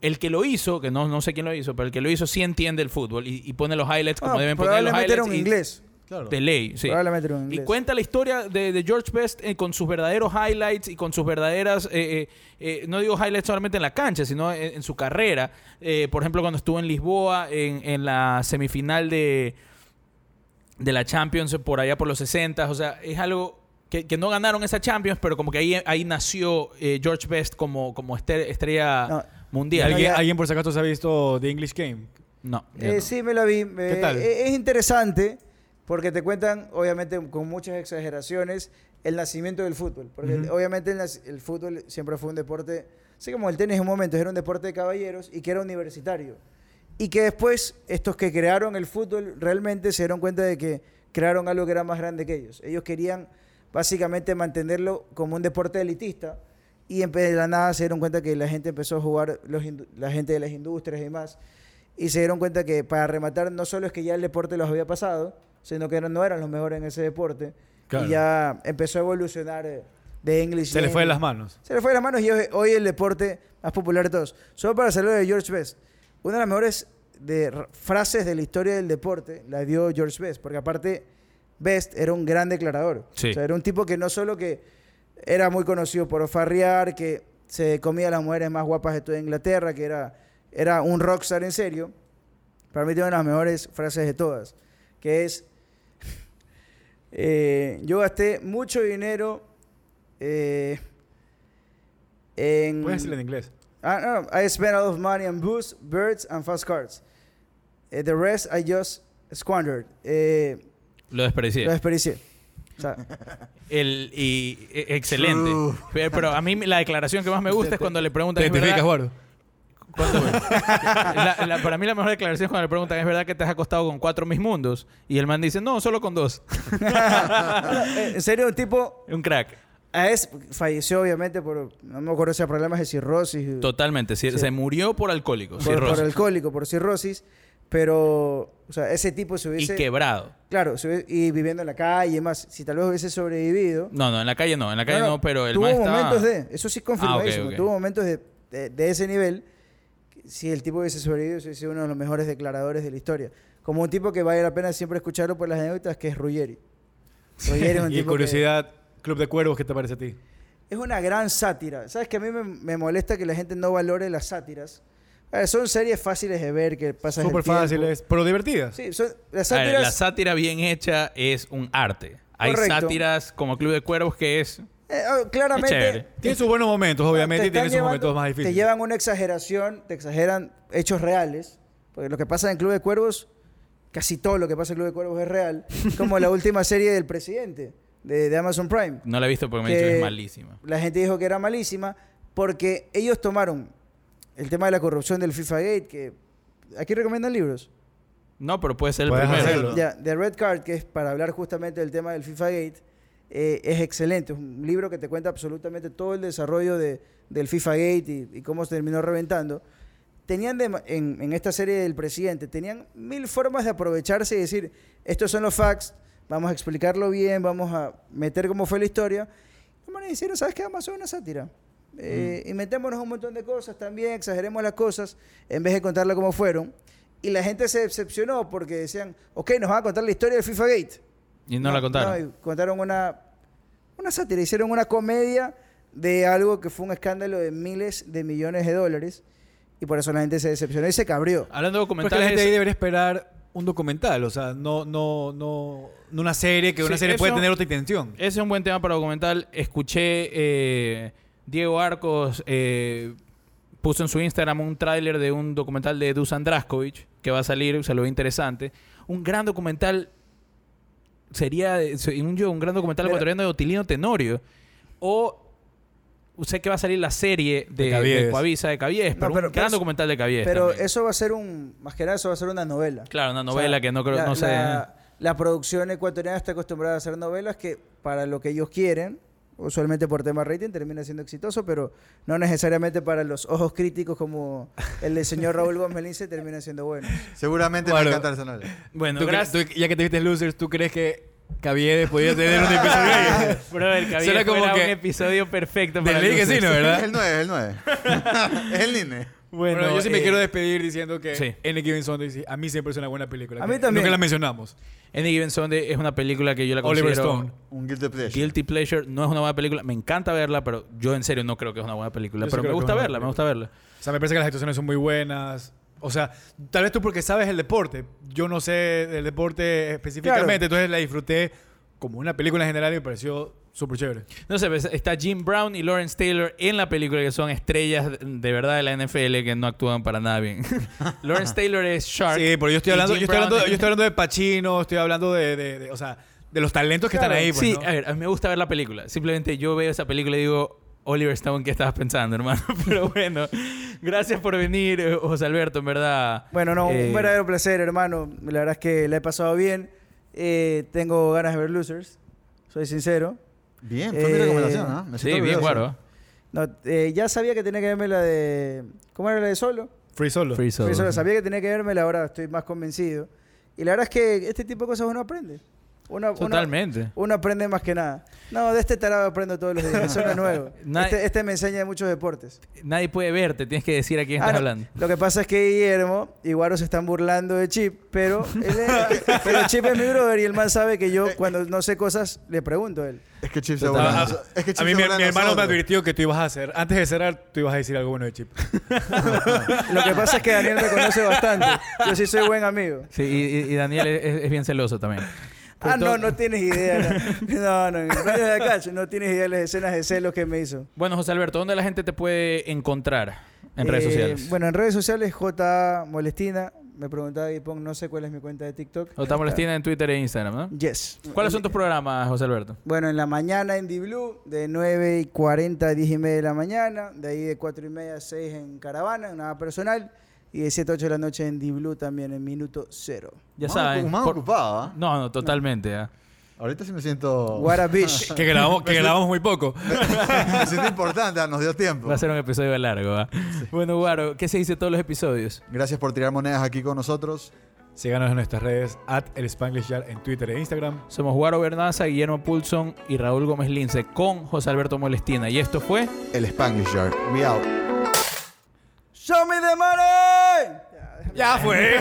el que lo hizo, que no, no sé quién lo hizo, pero el que lo hizo sí entiende el fútbol y, y pone los highlights como
Ah,
deben poner los highlights.
probablemente era un
y-
inglés.
Claro.
De ley, sí.
Probablemente era un
Y
inglés.
cuenta la historia de, de George Best eh, con sus verdaderos highlights y con sus verdaderas, eh, eh, eh, no digo highlights solamente en la cancha, sino en, en su carrera. Eh, por ejemplo, cuando estuvo en Lisboa en, en la semifinal de, de la Champions eh, por allá por los 60, o sea, es algo que, que no ganaron esa Champions, pero como que ahí, ahí nació eh, George Best como, como ester- estrella
No.
¿Y
mundial.
No,
¿Alguien,
ya-
alguien por si acaso se ha visto The English Game?
No, ya
Eh,
no.
Sí, me la vi. Eh,
tal?
eh, Es interesante porque te cuentan, obviamente, con muchas exageraciones, el nacimiento del fútbol. Porque el- obviamente el, nac- el fútbol siempre fue un deporte, así como el tenis en un momento, era un deporte de caballeros y que era universitario. Y que después estos que crearon el fútbol realmente se dieron cuenta de que crearon algo que era más grande que ellos. Ellos querían básicamente mantenerlo como un deporte elitista y empe- de la nada se dieron cuenta que la gente empezó a jugar, los indu- la gente de las industrias y demás, y se dieron cuenta que para rematar no solo es que ya el deporte los había pasado, sino que eran- no eran los mejores en ese deporte,
Claro.
y ya empezó a evolucionar eh, de English.
Se le fue de
Game.
las manos.
Se le fue de las manos y hoy- hoy el deporte más popular de todos. Solo para salir de George Best. Una de las mejores de r- frases de la historia del deporte la dio George Best, porque aparte Best era un gran declarador.
Sí.
O sea, era un tipo que no solo que era muy conocido por farrear, que se comía a las mujeres más guapas de toda Inglaterra, que era, era un rockstar en serio. Para mí tiene una de las mejores frases de todas, que es, eh, yo gasté mucho dinero eh, en...
Puedes decirlo en inglés.
I, no, no, I spent a lot of money on booze, birds, and fast cars. Eh, the rest I just squandered. Eh,
lo desperdicié.
Lo desperdicié. O sea,
El, y, e- excelente.
True.
Pero, pero a mí la declaración que más me gusta es cuando le preguntan.
¿Te
¿es verdad?
identificas, Eduardo?
¿Cuándo- la- la- para mí la mejor declaración es cuando le preguntan, ¿es verdad que te has acostado con cuatro mis mundos? Y el man dice, no, solo con dos.
eh, en serio, un tipo
Un crack.
a es, falleció obviamente por, no me acuerdo si era problemas de cirrosis.
Totalmente. Si-
Sí.
Se murió por alcohólico.
por,
cirrosis.
por alcohólico, por cirrosis. Pero, o sea, ese tipo se
y
hubiese...
quebrado.
Claro, se hubiese- y viviendo en la calle y más. Si tal vez hubiese sobrevivido...
No, no, en la calle no. En la calle no, pero el
tuvo
man estaba-
momentos de eso sí confirma
Ah, ok, ok.
tuvo momentos de, de- de ese nivel que si el tipo hubiese sobrevivido hubiese sido uno de los mejores declaradores de la historia como un tipo que vale la pena siempre escucharlo por las anécdotas que es Ruggeri Ruggeri es un
Y
tipo que-
curiosidad, Club de Cuervos, ¿qué te parece a ti?
es una gran sátira sabes que a mí me, me molesta que la gente no valore las sátiras A ver, son series fáciles de ver que pasan
Súper fáciles, pero divertidas.
sí son las
A ver,
sátiras
la sátira bien hecha es un arte. Hay
Correcto.
sátiras como Club de Cuervos que es...
eh, ah, claramente
chévere.
Tiene sus buenos momentos, obviamente,
Ah, Te
y tiene sus
están llevando-
momentos más difíciles.
Te llevan una exageración, te exageran hechos reales. Porque lo que pasa en Club de Cuervos, casi todo lo que pasa en Club de Cuervos es real. Como la última serie del presidente de, de Amazon Prime.
No la he visto porque me han dicho que
que
es malísima.
La gente dijo que era malísima, Porque ellos tomaron el tema de la corrupción del FIFA Gate, que aquí recomiendan libros.
No, pero puede ser el
Puedes
primero.
hacerlo.
Ya, The Red Card, que es para hablar justamente del tema del FIFA Gate, eh, es excelente. Es un libro que te cuenta absolutamente todo el desarrollo de, del FIFA Gate y, y cómo se terminó reventando. Tenían dema- en, en esta serie del presidente, tenían mil formas de aprovecharse y decir, estos son los facts, vamos a explicarlo bien, vamos a meter cómo fue la historia. Y me hicieron, ¿sabes qué? Vamos a hacer una sátira. Eh, Inventémonos un montón de cosas también, exageremos las cosas en vez de contarlas como fueron. Y la gente se decepcionó porque decían, ok, nos van a contar la historia del FIFA Gate.
Y no, la contaron.
no, y contaron una, una sátira, hicieron una comedia de algo que fue un escándalo de miles de millones de dólares. Y por eso la gente se decepcionó y se cabrió.
Hablando de
Pues que la
documentales.
gente ahí debería esperar un documental, o sea, no, no, no, no una serie, que una
Sí,
serie puede
eso- Eh,
tener otra intención.
Ese es un buen tema para documental. Escuché eh, Diego Arcos eh, puso en su Instagram un tráiler de un documental de Dusan Draskovic que va a salir, se lo ve interesante. Un gran documental sería de- se- un, yo- un gran documental
Mira.
ecuatoriano de Otilino Tenorio o sé que va a salir la serie de,
De
de,
Caviedes.
Coavisa, de Cavies,
No,
pero,
pero-
un gran
pues,
pero-
documental de Cavies.
Pero eso va a ser un, más que nada, eso va a ser una novela.
Claro, una
O sea,
novela que no creo,
la,
no sé.
La, la producción ecuatoriana está acostumbrada a hacer novelas que, para lo que ellos quieren, usualmente por tema rating, termina siendo exitoso, pero no necesariamente para los ojos críticos como el del señor Raúl Gómez Lince termina siendo bueno.
Seguramente
Claro.
me encanta Arsenal.
Bueno,
¿Tú cre-
gracias.
tú- ya que te viste en Losers, ¿tú crees que Caviedes podía tener un episodio?
Bro, el Cavies
Suena como
fuera
que-
un episodio perfecto
de
para
ley que sí,
luces.
¿no?
Es
¿Verdad?
el 9, el 9. es el Nine.
Bueno, yo sí me
eh,
quiero despedir diciendo que
sí.
N. Given Sunday sí, a mí siempre es una buena película.
A
que
mí también.
Nunca la mencionamos.
Any Given Sunday es una película que yo la
Oliver
considero
Stone.
Un guilty pleasure.
guilty pleasure. No es una buena película. Me encanta verla, pero yo en serio no creo que es una buena película.
Yo sí
pero me
creo que
gusta
es una
verla, me
buena
gusta verla.
O sea, me parece que las actuaciones son muy buenas. O sea, tal vez tú porque sabes el deporte. Yo no sé del deporte específicamente, entonces la disfruté como una película en general y me pareció súper chévere.
No sé, pues, está Jim Brown y Lawrence Taylor en la película que son estrellas de- de verdad de la NFL que no actúan para nada bien. Lawrence Taylor es Shark.
Sí, pero yo estoy
y
hablando,
Jim
yo estoy hablando,
Brown-
yo estoy hablando de Pacino, estoy hablando de, de- de- o sea, de los talentos que están ahí. pues,
sí, eh,
¿no?
a ver, a mí me gusta ver la película. Simplemente yo veo esa película y digo, Oliver Stone, ¿qué estabas pensando, hermano? Pero bueno, gracias por venir, eh, José Alberto, en verdad.
Bueno, no,
Eh,
un verdadero placer, hermano. La verdad es que la he pasado bien. Eh, tengo ganas de ver Losers, soy sincero.
Bien, fue mi
Eh,
recomendación, ¿ah? Me siento
Sí, bien
orgulloso.
guaro.
No, eh, ya sabía que tenía que verme la de... ¿Cómo era la de Solo?
Free Solo.
Free
Por
Solo.
eso lo sabía que tenía que verme, ahora estoy más convencido. Y la verdad es que este tipo de cosas uno aprende. Uno, uno-
Totalmente.
Uno, aprende más que nada. No, de este tarado aprendo todos los días. Eso no es nuevo.
Na-
Este, este me enseña de muchos deportes.
Nadie puede verte, tienes que decir a quién
Ah,
estás
no.
hablando.
Lo que pasa es que Guillermo y Guaro se están burlando de Chip, pero, él es- pero Chip es mi brother y el man sabe que yo cuando no sé cosas le pregunto a él.
Es que Chip se
Total.
burla.
Ah,
Eso- Es que Chip
a mí
se
mi,
burla de
mi hermano me
nosotros.
advirtió que tú ibas a hacer, antes de cerrar, tú ibas a decir algo bueno de Chip.
Lo que pasa es que Daniel me conoce bastante. Yo sí soy buen amigo.
Sí, y, y- y Daniel es, es bien celoso también. Pero
Ah, no,
todo-
no tienes idea. No, no, no, no, de acá, no tienes idea de las escenas de celos que me hizo.
Bueno, José Alberto, ¿dónde la gente te puede encontrar en redes
Eh,
sociales?
Bueno, en redes sociales, J Molestina. Me preguntaba y pon, no sé cuál es mi cuenta de TikTok.
O está molestina en Twitter e Instagram, ¿no?
Yes.
¿Cuáles son tus programas, José Alberto?
Bueno, en la mañana en D-Blue, de 9 y 40 a 10 y media de la mañana. De ahí de 4 y media a 6 en Caravana, en nada personal. Y de 7 a 8 de la noche en D-Blue también, en minuto cero.
Ya
Más
saben.
ocu- Más
por-
ocupado, ¿ah?
No, no, totalmente. ¿ah?
Ahorita sí me siento...
What a bitch.
que, grabamos, que grabamos muy poco.
me siento importante, ah, nos dio tiempo.
Va a ser un episodio largo. ¿ah? Bueno, Guaro, ¿qué se dice de todos los episodios?
Gracias por tirar monedas aquí con nosotros.
Síganos en nuestras redes, at el Spanglish Yard en Twitter e Instagram.
Somos Guaro Bernaza, Guillermo Pulson y Raúl Gómez Lince con José Alberto Molestina. Y esto fue...
El Spanglish Yard. We out.
¡Show me the money!
¡Ya fue!